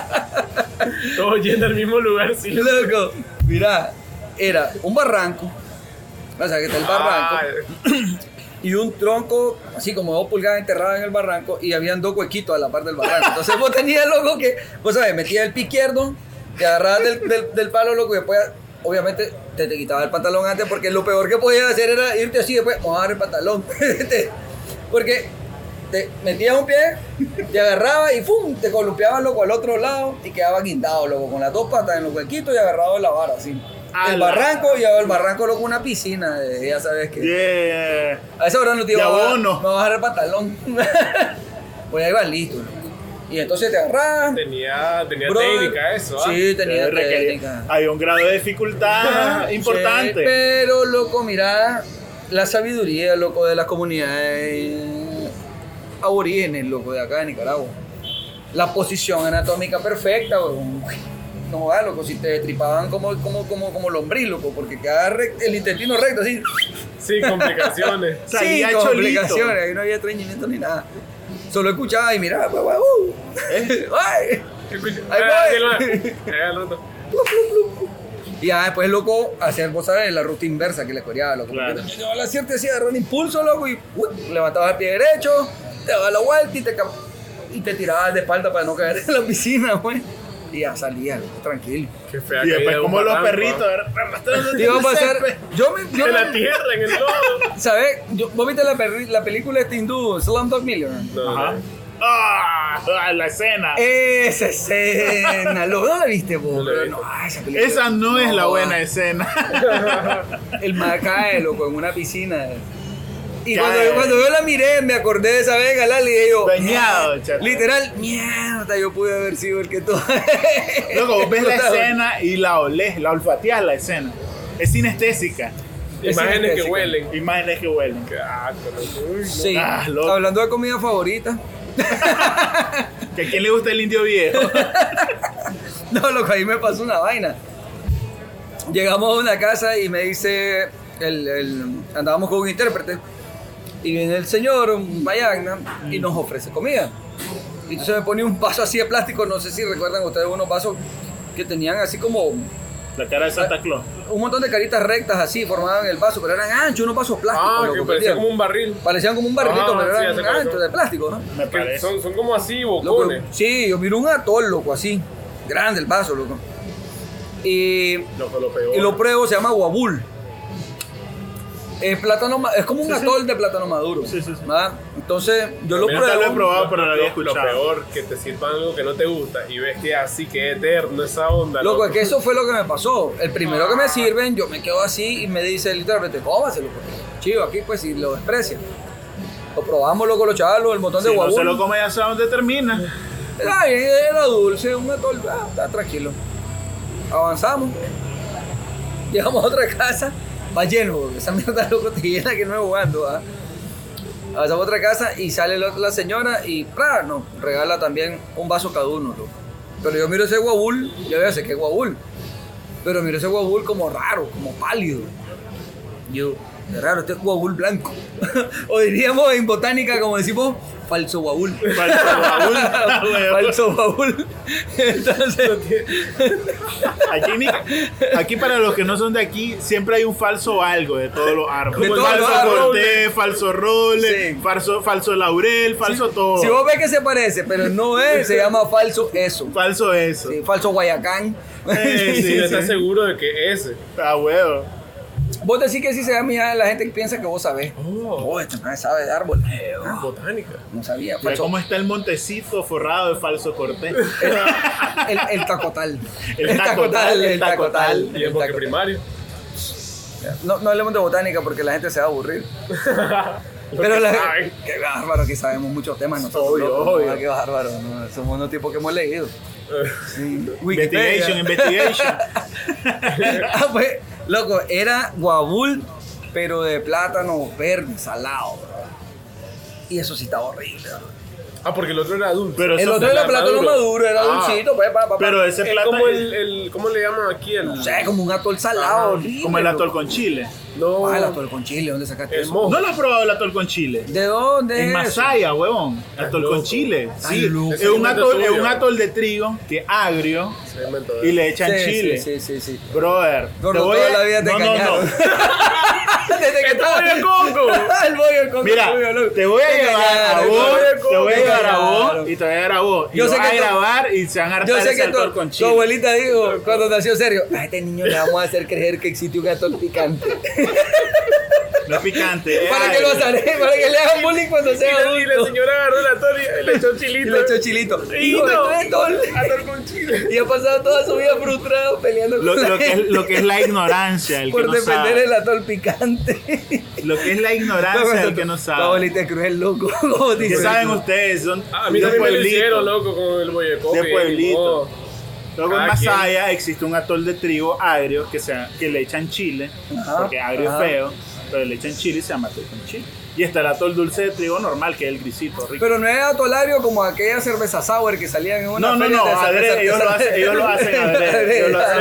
S1: (laughs)
S3: Todos yendo al mismo lugar, sí.
S2: Loco, mira, era un barranco, o sea que está el barranco,
S3: Ah,
S2: y un tronco así como dos pulgadas enterrado en el barranco y habían dos huequitos a la par del barranco. Entonces vos tenías loco que, vos sabes, metías el pie izquierdo, te agarrabas del, del- del palo loco y después obviamente te, te quitabas el pantalón antes porque lo peor que podías hacer era irte así y después mojar el pantalón. (laughs) Te- porque te metías un pie, te agarrabas y ¡fum! te columpiabas loco al otro lado y quedabas guindado loco con las dos patas en los huequitos y agarrado de la vara así. El
S1: ¡Ala!
S2: barranco y el barranco loco una piscina, de- ya sabes que...
S1: Yeah.
S2: A esa hora no te
S1: De
S2: iba a bajar, me
S1: abono.
S2: va a bajar el pantalón. (laughs) pues ahí vas listo. loco. Y entonces te agarras.
S3: Ah, tenía tenía
S2: brother.
S3: técnica eso, ¿ah?
S2: Sí, tenía
S1: Requería-
S2: técnica.
S1: Había un grado de dificultad
S2: Sí,
S1: importante.
S2: pero, loco, mira la sabiduría, loco, de las comunidades aborígenes, loco, de acá de Nicaragua. La posición anatómica perfecta, weón. No va, loco, si te tripaban como, como, como, como lombriz, loco, porque quedaba rec- el intestino recto, así.
S3: Sí, complicaciones.
S1: Salía
S2: sí,
S1: cholito.
S2: complicaciones, ahí no había estreñimiento ni nada. Solo escuchaba y miraba, pues, uh, (laughs) ay.
S3: Ah,
S2: voy.
S3: sí, lo- ahí al rato.
S2: Y ya después, loco, hacer, vos sabes, la ruta inversa que le coreaba, loco.
S1: Claro.
S2: Porque te daba la cierta así, agarraba un impulso, loco, y uh, levantabas el pie derecho, te dabas la vuelta y te, ca- y te tirabas de espalda para no caer en la piscina, güey. y ya salía, tranquilo.
S3: Qué fea
S1: Y
S3: caída
S1: después,
S3: de un
S1: como los
S3: barranco,
S1: perritos, pues,
S3: ah.
S1: arrastrándote
S2: Te iba a
S1: en el
S2: pasar.
S1: césped.
S2: Yo me. Yo
S3: En la
S2: me-
S3: tierra, en el lodo.
S2: ¿Sabes? Yo- ¿Vos viste la, perri- la película de este hindú, Slumdog Millionaire?
S3: No,
S1: Ajá.
S3: no.
S1: ¡Ah! La escena.
S2: Eh, Esa escena, ¿lo no la viste
S3: No
S2: vos?
S3: la he
S2: Pero
S3: visto.
S2: no, ah, esa, película- ah,
S1: Esa no es la
S2: (laughs)
S1: buena escena.
S2: El ma cae, loco, en una piscina. Y
S1: Cae.
S2: cuando, cuando yo la miré, me acordé de esa vez, Galal, y yo.
S1: Bañado, chato.
S2: Literal, mierda, yo pude haber sido el que todo.
S1: Luego vos ves la escena y la olés, la olfateas la escena. Es sinestésica.
S2: Es
S3: Imágenes que
S2: sintética.
S3: huelen. Ah,
S1: Imágenes que huelen.
S3: Qué asco, no. Uy, no.
S2: Sí.
S1: Ah, loco.
S2: Hablando de comida favorita.
S1: ¿Que ¿A quién le gusta el indio viejo?
S2: (laughs) No, loco, ahí me pasó una vaina. Llegamos a una casa y me dice, el, el- andábamos con un intérprete, y viene el señor, un bayagna, y nos ofrece comida. Y entonces me pone un vaso así de plástico, no sé si recuerdan ustedes unos vasos que tenían así como un
S1: La cara de Santa Claus.
S2: montón de caritas rectas así formaban el vaso, pero eran anchos, unos vasos plásticos.
S3: Ah,
S2: loco,
S3: que
S2: ¿me
S3: parecía
S2: entiendes?
S3: como un barril.
S2: Parecían como un barrilito,
S3: Ah,
S2: pero
S3: sí,
S2: eran
S3: ya sé cuáles
S2: anchos
S3: son.
S2: de plástico, ¿no?
S1: Me
S3: (laughs) Que
S1: parece.
S3: son, son como así,
S2: Loco,
S3: bocones.
S2: sí, yo miro un atol, loco, así. Grande el vaso, loco. Y,
S3: Loco, lo peor.
S2: y lo pruebo, se llama guabul. Es, plátano, ma- es como un
S1: Sí, sí.
S2: atol de plátano maduro.
S1: Sí, sí, sí.
S2: ¿verdad? Entonces, yo lo
S1: Mira, tal
S2: pruebo.
S1: vez probado. Ah, pero lo había
S3: Lo
S1: escuchado.
S3: peor que te sirvan algo que no te gusta y ves que así que es eterno esa onda.
S2: Loco, es que eso fue lo que me pasó. El primero
S1: Ah.
S2: que me sirven, yo me quedo así y me dice literalmente, cómaselo. pues. Chivo, aquí pues si lo desprecian. Lo probamos, loco, los chavalos, el montón de
S1: Si no
S2: guabul.
S1: se lo come ya sabe dónde termina.
S2: Era bien, era dulce, un atol, ah, está tranquilo. Avanzamos. Llegamos a otra casa, va lleno, porque esa mierda loco te llena que no es jugando. ¿ah? Avanzamos a otra casa y sale la, la señora y ¡pra! nos regala también un vaso cada uno, loco. Pero yo miro ese guabul, yo ya sé que es guabul. Pero miro ese guabul como raro, como pálido. Yo, "Qué raro, este es guabul blanco. (laughs) o diríamos en botánica, como decimos, falso guabul.
S1: Falso (laughs) baúl.
S2: (laughs) Falso baúl. Entonces,
S1: Aquí, ni- aquí para los que no son de aquí, siempre hay un falso algo de todos los
S2: De
S1: árboles.
S2: todos
S1: falso
S2: los árboles.
S1: corté, falso role,
S2: Sí.
S1: falso, falso laurel, falso todo.
S2: si vos ves que se parece, pero no es, se llama falso eso.
S1: Falso eso.
S2: Sí, falso Guayacán.
S1: Eh,
S2: (laughs)
S3: Si
S1: sí,
S3: no
S1: sí.
S3: estás seguro de que ese.
S1: Ah, huevo.
S2: Vos decís que sí se llama ya la gente que piensa que vos sabés.
S3: Oh,
S2: Oh, este no sabe de árbol. Eh, oh,
S3: botánica.
S2: No sabía.
S1: Mira
S2: Falso,
S1: cómo está el montecito forrado de falso corté.
S2: el, el tacotal.
S1: El tacotal, el tacotal.
S2: el
S3: Y es porque
S2: tacotal.
S3: primario.
S2: No, no hablemos de botánica porque la gente se va a aburrir.
S3: Lo
S2: Pero
S3: que
S2: la,
S3: saben.
S2: qué bárbaro que sabemos muchos temas nosotros.
S1: Obvio,
S2: loco, ¿no?
S1: obvio.
S2: Qué bárbaro. ¿no? Somos unos tipos que hemos leído.
S1: (laughs)
S2: Sí, (laughs) Wikipedia.
S1: investigation,
S2: (laughs)
S1: investigation.
S2: ah, pues, loco, era guabul, pero de plátano verde, salado. bro. Y eso sí estaba horrible. bro.
S3: Ah, porque el otro era adulto.
S1: Pero
S2: El
S1: eso
S2: otro
S1: fue
S2: era
S1: la
S2: plátano
S3: maduro.
S2: maduro, era
S3: Ah.
S2: dulcito, pues, pa, pa, pa.
S1: Pero ese
S3: es
S1: plátano
S3: como el, el- ¿Cómo le llaman aquí? El,
S2: No sé, como un atol salado,
S3: Ah,
S2: horrible.
S1: como el atol
S2: loco.
S1: con chile.
S3: No.
S2: Ah, el atol con chile, ¿dónde sacaste
S3: El
S2: eso?
S3: mojo.
S1: ¿No lo has probado el atol con chile?
S2: ¿De dónde
S1: En
S2: es?
S1: Masaya, huevón. Atol
S3: loco.
S1: con chile.
S2: Estás
S1: Sí,
S2: loco.
S1: es un atol, es un
S3: Tuyo.
S1: atol de trigo que es agrio
S3: Se inventó,
S1: y le echan
S2: Sí, sí,
S1: chile.
S2: Sí, sí, sí.
S1: Brother,
S2: Gordo, toda la vida te
S1: no,
S2: (laughs)
S1: no,
S2: engañaron.
S1: (laughs) no.
S2: Desde que estaba
S3: ¡Está el Congo!
S2: (laughs) el bollo Congo.
S1: Mira,
S2: tuyo, loco.
S1: te voy a
S2: Te
S1: llevar a
S2: ganaron,
S1: vos,
S2: el bollo
S1: te voy a
S2: Congo,
S1: llevar a
S2: ganaron.
S1: vos y te voy a llevar a vos. Y
S2: Yo
S1: lo
S2: sé
S1: vas a
S2: que tú-
S1: grabar y se van a hartar
S2: Yo sé
S1: ese
S2: que
S1: atol
S2: tu,
S1: con
S2: tu
S1: chile.
S2: abuelita dijo cuando nació Sergio, a este niño le vamos a hacer creer que existe un gato picante.
S1: (laughs) No es picante.
S2: (laughs)
S1: es
S2: para que
S1: agrio.
S2: lo asaré, para que le hagan bullying cuando
S3: Y
S2: sea
S3: la- Y la
S2: adulto.
S3: señora agarró la toria y le echó
S2: Y
S3: chilito.
S2: le echó chilito.
S3: Y
S2: Hijo de
S3: no.
S2: tres dólares.
S3: Atol con chile.
S2: Y ha pasado toda su vida frustrado peleando
S1: Lo,
S2: con la
S1: lo que es,
S2: gente
S1: lo que es la ignorancia, el que
S2: por
S1: no
S2: defender
S1: sabe.
S2: el atol picante.
S1: Lo que es la
S2: Loco,
S1: ignorancia, el
S2: tu-
S1: que no
S2: Tu
S1: sabe.
S2: abuelita es cruel, loco. (laughs) ¿Cómo
S1: ¿Qué
S2: dice?
S1: saben ustedes? Son
S3: Ah, A mí
S1: de
S3: también me lo
S1: pueblito.
S3: hicieron, loco, con el bollecoque.
S1: De pueblito.
S3: Oh.
S1: Luego en
S3: Cada quien.
S1: Masaya existe un atol de trigo agrio que, se, que le echan chile,
S2: Ajá,
S1: porque agrio
S2: ajá.
S1: es feo, pero le echan chile y se llama atol con chile. Y está el atol dulce de trigo normal, que es el grisito, rico.
S2: Pero no es atolario como aquella cerveza sour que salían en una
S1: no, no,
S2: feria
S1: no,
S2: de cerveza
S1: adrede, ellos, lo hacen,
S2: (laughs)
S1: ellos lo hacen adrede, ellos lo hacen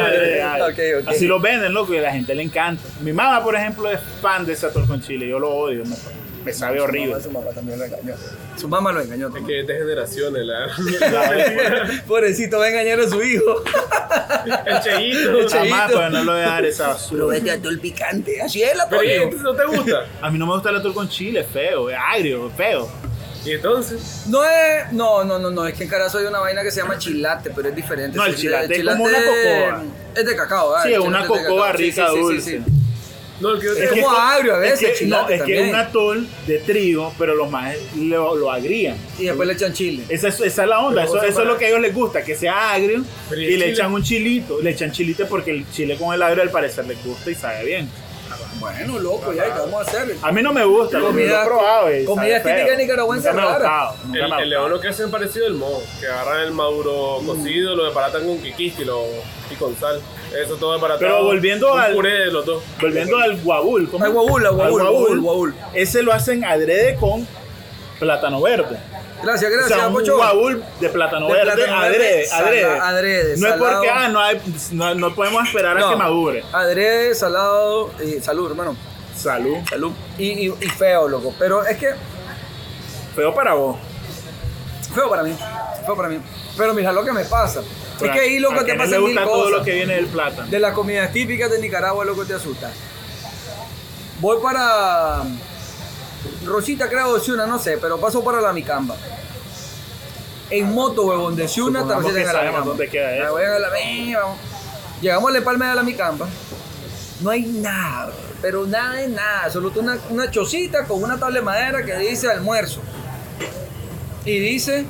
S2: Adrede,
S1: adrede, agrio.
S2: ok, ok.
S1: Así lo venden, loco, y a la gente le encanta. Mi mamá, por ejemplo, es fan de ese atol con chile, yo lo odio, me, me sabe horrible.
S2: Su mamá también lo engañó. Su mamá lo engañó.
S3: Es que es de generaciones, la (laughs)
S2: (laughs) Pobrecito, va a engañar a su hijo.
S3: El cheguito.
S2: El che- Cheito.
S1: Jamás, pero pues, no lo voy a dar esa
S2: (laughs) Pero
S1: basura.
S2: vete a todo el picante. Así es la
S3: Pero ¿y
S2: polio.
S3: entonces no te gusta?
S1: A mí no me gusta el atol con chile, es feo, es agrio, es feo.
S3: Y entonces,
S2: No es. No, no, no, no. Es que en Carazo hay una vaina que se llama chilate, pero es diferente.
S1: No, el
S2: Sí,
S1: chilate es como una cocoa.
S2: Es de cacao, ¿verdad?
S1: Sí,
S2: El
S1: es
S2: chilate
S1: una
S2: de
S1: cocoa
S2: cacao. Sí,
S1: rica
S2: sí, sí,
S1: dulce.
S2: sí, sí.
S3: no, el que yo
S2: Es
S3: te-
S2: como agrio a veces,
S1: Es que, no,
S2: chilate
S1: es que es
S2: también.
S1: un atol de trigo, pero los más lo, lo agrían.
S2: Y después le echan chile.
S1: Esa es, esa es la onda,
S3: Pero
S1: eso,
S3: vos
S1: eso es
S3: separás.
S1: lo que a ellos les gusta, que sea agrio
S3: Pero y el
S1: y le
S3: chile.
S1: echan un chilito, le echan chilito porque el chile con el agrio al parecer les gusta y sabe bien.
S2: Bueno, loco, ya, ¿y ¿qué vamos a hacer?
S1: A mí no me gusta, lo-
S2: Comida-
S1: lo he probado. y
S2: comida
S1: sabe
S2: típica
S1: feo.
S2: nicaragüense
S1: Nunca me ha
S2: rara.
S1: gustado, nunca
S3: El,
S1: me ha
S3: el león
S1: gustado.
S3: lo que hacen parecido el moho, que agarran el maduro cocido, lo desbaratan con quiquisque y, lo, y con sal. Eso todo desbaratado.
S1: Pero volviendo
S3: Un
S1: al-
S3: puré de los dos. (laughs)
S1: Volviendo al guabul. ¿cómo?
S2: Al guabul, al guabul, guabul, guabul.
S1: Ese lo hacen adrede con plátano verde.
S2: Gracias,
S1: o sea,
S2: gracias,
S1: un
S2: Pocho.
S1: guabul de plátano
S2: De
S1: verde,
S2: plátano verde,
S1: adrede,
S2: sala-
S1: adrede.
S2: adrede,
S1: No es
S2: salado.
S1: porque ah, no, hay- no, no podemos esperar a que madure.
S2: Adrede, salado, y salud, hermano.
S1: Salud.
S2: Salud. Y, y- y feo, loco. Pero es que,
S1: Feo para vos.
S2: feo para mí. Feo para mí. Pero mira lo que me pasa. es que ahí, loco,
S1: A
S2: te
S1: quienes
S2: pasan
S1: les
S2: mil
S1: gusta todo lo
S2: cosas.
S1: que viene del plátano.
S2: De las comidas típicas de Nicaragua, loco, te asusta. Voy para. mm, Rosita, creo, de Ciuna, no sé, pero paso para la Micamba. En moto, huevón, de Ciuna hasta
S1: Supongamos
S2: Rosita
S1: que
S2: Caracas.
S1: sabemos dónde queda
S2: Ah,
S1: eso.
S2: voy a la- ven, vamos. Llegamos a la palma de la Micamba. No hay nada, pero nada de nada. Solo una, una chocita con una tabla de madera que dice almuerzo. Y dice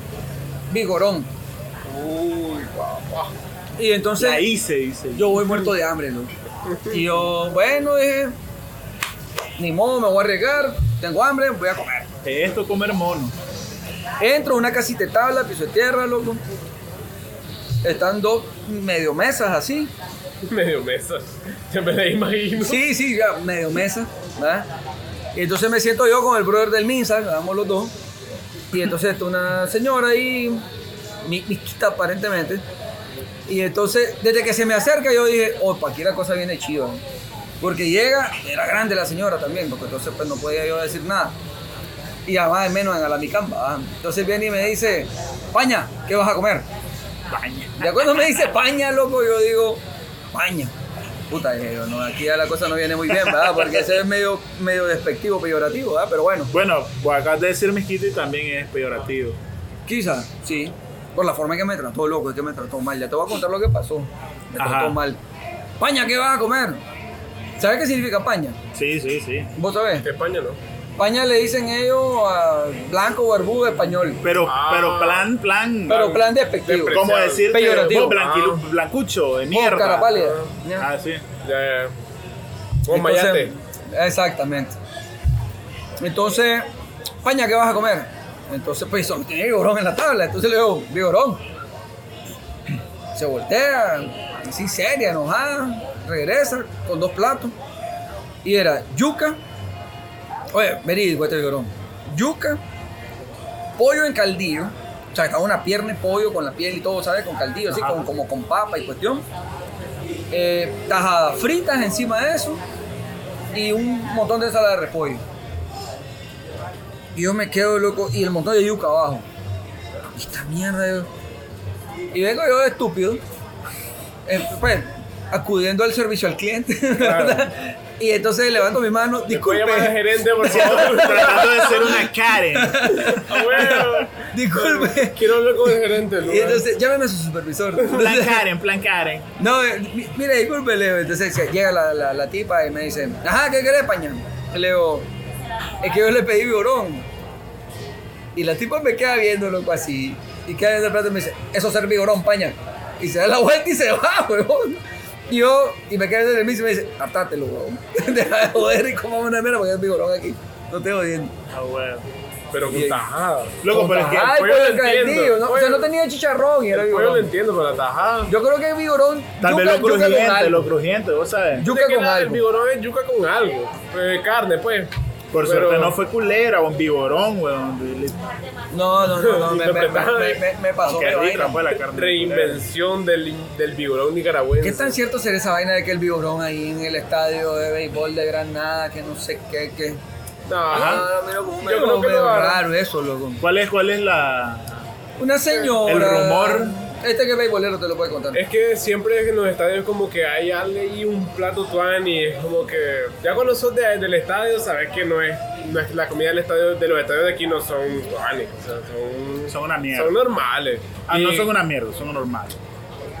S2: vigorón.
S3: Uy, guau.
S2: Y entonces.
S1: La hice, dice.
S2: Yo voy muerto de hambre, ¿no? Y yo, bueno, dije, ni modo, me voy a arriesgar, tengo hambre, voy a comer.
S1: Esto comer mono.
S2: Entro a una casita de tabla, piso de tierra, loco. Están dos medio mesas así.
S3: Medio mesa. Ya me la imagino.
S2: Sí, sí, ya, medio mesa, ¿verdad? Y entonces me siento yo con el brother del Minsa, vamos los dos. Y entonces está una señora ahí, mi- mixta aparentemente. Y entonces, desde que se me acerca, yo dije, opa, aquí la cosa viene chiva. ¿no?". Porque llega, era grande la señora también, porque entonces pues no podía yo decir nada. Y además, de menos en la micamba. Entonces viene y me dice, Paña, ¿qué vas a comer?
S1: Baña.
S2: Ya cuando me dice paña, loco, yo digo, paña. Puta, dije yo, no, aquí ya la cosa no viene muy bien, ¿verdad? Porque ese es medio, medio despectivo, peyorativo, ¿verdad? Pero bueno,
S1: Bueno, vos acabas de decir mezquito y también es peyorativo.
S2: quizás, sí. Por la forma en que me trató, loco, es que me trató mal. Ya te voy a contar lo que pasó. Me
S1: Ajá.
S2: trató mal. Paña, ¿qué vas a comer? ¿Sabes qué significa paña?
S1: Sí, sí, sí.
S2: ¿Vos sabés?
S3: España no.
S2: Paña le dicen ellos a blanco, barbudo, español.
S1: Pero,
S3: Ah.
S1: pero plan, plan.
S2: Pero plan despectivo.
S3: Despreciable.
S1: como decirte,
S2: Peyorativo.
S1: vos blanquilu- blancucho, de mierda.
S2: Cara pálida.
S1: Ah, sí.
S3: Ya, ya. Un
S2: Entonces,
S3: mayate.
S2: Exactamente. Entonces, Paña, ¿qué vas a comer? Entonces, pues, son- tiene vigorón en la tabla. Entonces le digo, vigorón. Se voltea, así seria, enojada, regresa con dos platos. Y era yuca. Oye, verídico este vigorón. Yuca, pollo en caldillo. O sea, estaba una pierna de pollo con la piel y todo, ¿sabes? Con caldillo, así
S1: Ajá.
S2: con- como con papa y cuestión. Eh, tajadas fritas encima de eso y un montón de ensalada de repollo. Y yo me quedo loco y el montón de yuca abajo. Y esta mierda yo. Y vengo yo de estúpido, eh, pues acudiendo al servicio al cliente, (laughs) ¿verdad? Y entonces levanto mi mano,
S3: Voy a
S2: disculpe,
S3: llamar al gerente,
S2: (laughs)
S3: por favor.
S1: Tratando de ser una Karen.
S3: Ah, bueno.
S2: disculpe.
S3: Quiero hablar con el gerente.
S2: Y
S3: Lugar.
S2: entonces llámeme a su supervisor.
S1: Plan Karen, plan Karen.
S2: No, eh, mi- mire, disculpe, Leo. Entonces se- llega la, la- la tipa y me dice, ajá, ¿qué querés, pañal? Y le digo, es que yo le pedí vigorón. Y la tipa me queda viendo, loco, así. Y queda viendo el plato y me dice, eso es ser vigorón, paña. Y se da la (laughs) vuelta y se va, huevón. Y yo, y me queda viendo en el mismo y me dice, hartátelo, huevón. (laughs) Deja de joder y comamos una mierda porque es vigorón aquí. No te jodiendo.
S1: Ah, bueno.
S3: Pero con
S2: Y-
S3: tajada.
S1: Loco,
S2: Con
S1: pero es que.
S2: tajada y
S3: pollo
S2: pollo
S3: lo entiendo.
S2: pues, caldillo, ¿no? O sea,
S3: Pollo-
S2: no tenía chicharrón y era
S3: El pollo lo
S2: vigorón.
S3: entiendo, pero la tajada.
S2: Yo creo que es vigorón.
S1: Tal vez
S2: yuca-
S1: lo
S2: yuca con
S1: crujiente,
S2: algo.
S1: lo crujiente, vos sabes.
S2: Yuca
S3: Sé que
S2: con
S3: la- El
S2: algo.
S3: vigorón es yuca con algo. Eh, carne, pues.
S1: Por
S3: Pero-
S1: suerte no fue culera o un biborón, weón.
S2: No, no, no,
S3: (laughs)
S2: no, me, me, me- me- me pasó
S1: Aunque
S2: mi
S1: rica
S3: pues.
S2: vaina.
S1: fue la carne.
S3: Ah, Reinvención del, del vigorón
S2: ¿Qué
S3: nicaragüense.
S2: tan cierto será esa vaina de que el vigorón ahí en el estadio de béisbol de Granada, que no sé qué, que...
S3: No,
S1: Ajá.
S2: Ah, mira, como
S3: Yo
S2: medio-
S3: creo que
S2: medio
S3: lo hará.
S2: raro eso, loco.
S1: ¿Cuál es, cuál es la,
S2: Una señora...
S1: el rumor?
S2: Este que es beisbolero te lo puede contar.
S3: Es que siempre en los estadios como que hay alguien y un plato tuan y es como que ya cuando sos de- del estadio sabes que no es, no es- la comida del estadio de los estadios de aquí no son tuanes, o sea, son,
S1: Son una mierda.
S3: son normales.
S1: Ah, no
S3: Y
S1: son una mierda, son normales.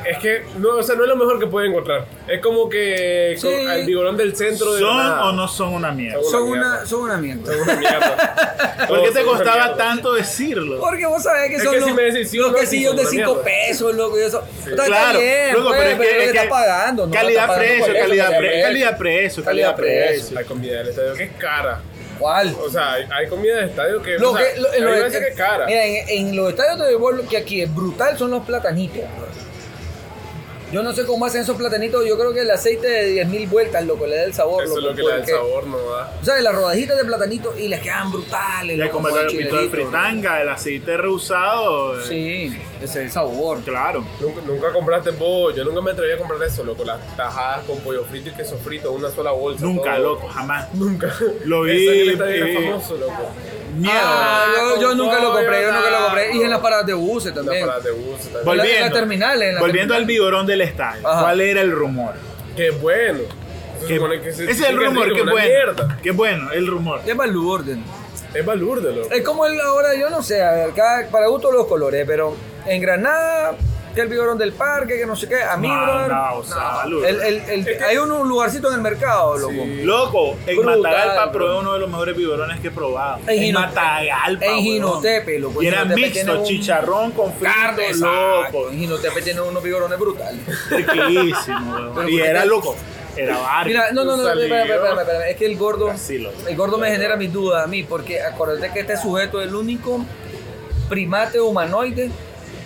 S3: Es que no, o sea, no es lo mejor que pueden encontrar. Es como que
S2: Sí.
S3: con- al vigorón del centro de
S1: ¿Son
S3: Granada. (laughs)
S1: o no son una mierda?
S3: Son
S2: son,
S3: una
S2: una,
S3: mierda.
S2: son una mierda.
S3: Son una mierda.
S1: ¿Por qué
S3: Todos
S1: te
S3: son una
S1: costaba
S3: mierda.
S1: tanto decirlo?
S2: Porque vos sabés que
S3: Es
S2: son
S3: que
S2: los,
S3: si me decís sí o
S2: los
S3: no, sí,
S2: quesillos
S3: son
S2: de
S3: una
S2: 5
S3: mierda.
S2: pesos, loco. y eso. O sea, está
S1: Claro,
S2: bien,
S1: loco,
S2: pues,
S1: pero es que-
S2: lo
S1: es
S2: que
S1: que
S2: está pagando. no la está pagando
S1: Calidad-precio,
S2: por eso,
S1: calidad-precio, calidad-precio, calidad-precio.
S3: La comida del estadio que es cara.
S2: ¿Cuál?
S3: O sea, hay- hay comida de estadio que,
S2: Lo
S3: o sea,
S2: que- lo- en
S3: a mí
S2: los-
S3: me parece que es cara.
S2: Mira, en, en los estadios de béisbol lo que aquí es brutal son los platanitos. bro. Yo no sé cómo hacen esos platanitos. Yo creo que el aceite de 10.000 vueltas, loco, le da el sabor.
S3: Eso es
S2: loco,
S3: lo que le da el
S2: porque-
S3: sabor, no ¿Ah? da.
S2: O sea, las rodaditas de platanito y les quedan brutales.
S1: Ya
S2: loco,
S1: como
S2: con
S1: el pito de
S2: chilerito,
S1: fritanga, el aceite rehusado.
S2: bro.
S1: eh,
S2: Sí, ese es el sabor.
S1: Claro.
S3: Nunca, nunca compraste pollo, yo nunca me atreví a comprar eso, loco. Las tajadas con pollo frito y queso frito, una sola bolsa.
S1: Nunca,
S3: todo.
S1: loco, jamás.
S3: Nunca. (laughs)
S1: Lo vi,
S3: Eso en el estadio era
S1: eh,
S3: famoso, loco.
S1: Mierda.
S2: Ah, yo, yo
S3: con
S2: nunca lo
S3: pollo,
S2: compré, yo nunca lo compré. Y en las
S3: no.
S2: paradas de buses
S3: Las
S2: también.
S3: paradas de bus. tal.
S2: Vol-
S1: volviendo
S2: en la terminal, en la
S1: volviendo
S2: terminal.
S1: al vigorón del estadio.
S2: Ajá.
S1: ¿Cuál era el rumor?
S3: Qué bueno. Se
S1: Que-
S3: supone que se-
S1: ese es el
S3: que
S1: rumor,
S3: rico,
S1: qué
S3: una
S1: bueno.
S3: mierda.
S1: Qué bueno, el rumor.
S2: Es balurden.
S3: Es balurde, loco.
S2: Es como el ahora, yo no sé, a ver, cada, para gusto los colores, pero en Granada, que el vigorón del parque, que no sé qué, a mí,
S1: No,
S2: brother,
S1: no, o sea, balurden.
S2: el- el- el- hay un, un lugarcito en el mercado, loco.
S3: Sí.
S1: Loco, en
S2: Brutal,
S1: Matagalpa
S2: bro.
S1: probé uno de los mejores biberones que he probado.
S2: En
S1: En,
S2: Gino-
S1: Matagalpa.
S2: en
S1: weón.
S2: Ginotepe, loco,
S1: Y era
S2: Ginotepe tiene
S1: mixto,
S2: un-
S1: chicharrón con frito,
S2: Carne,
S1: loco.
S2: loco. Y no te tiene unos vigorones brutales.
S1: Riquísimo, weón.
S2: Pero
S1: Y
S2: porque-
S1: era loco. Era barrio.
S2: Mira, no, no, no,
S3: Salió.
S2: espérame, espérame, espérame, espérame. Es que el gordo,
S1: Así lo digo.
S2: el gordo me genera mis dudas a mí, porque acuérdate que este sujeto es el único primate humanoide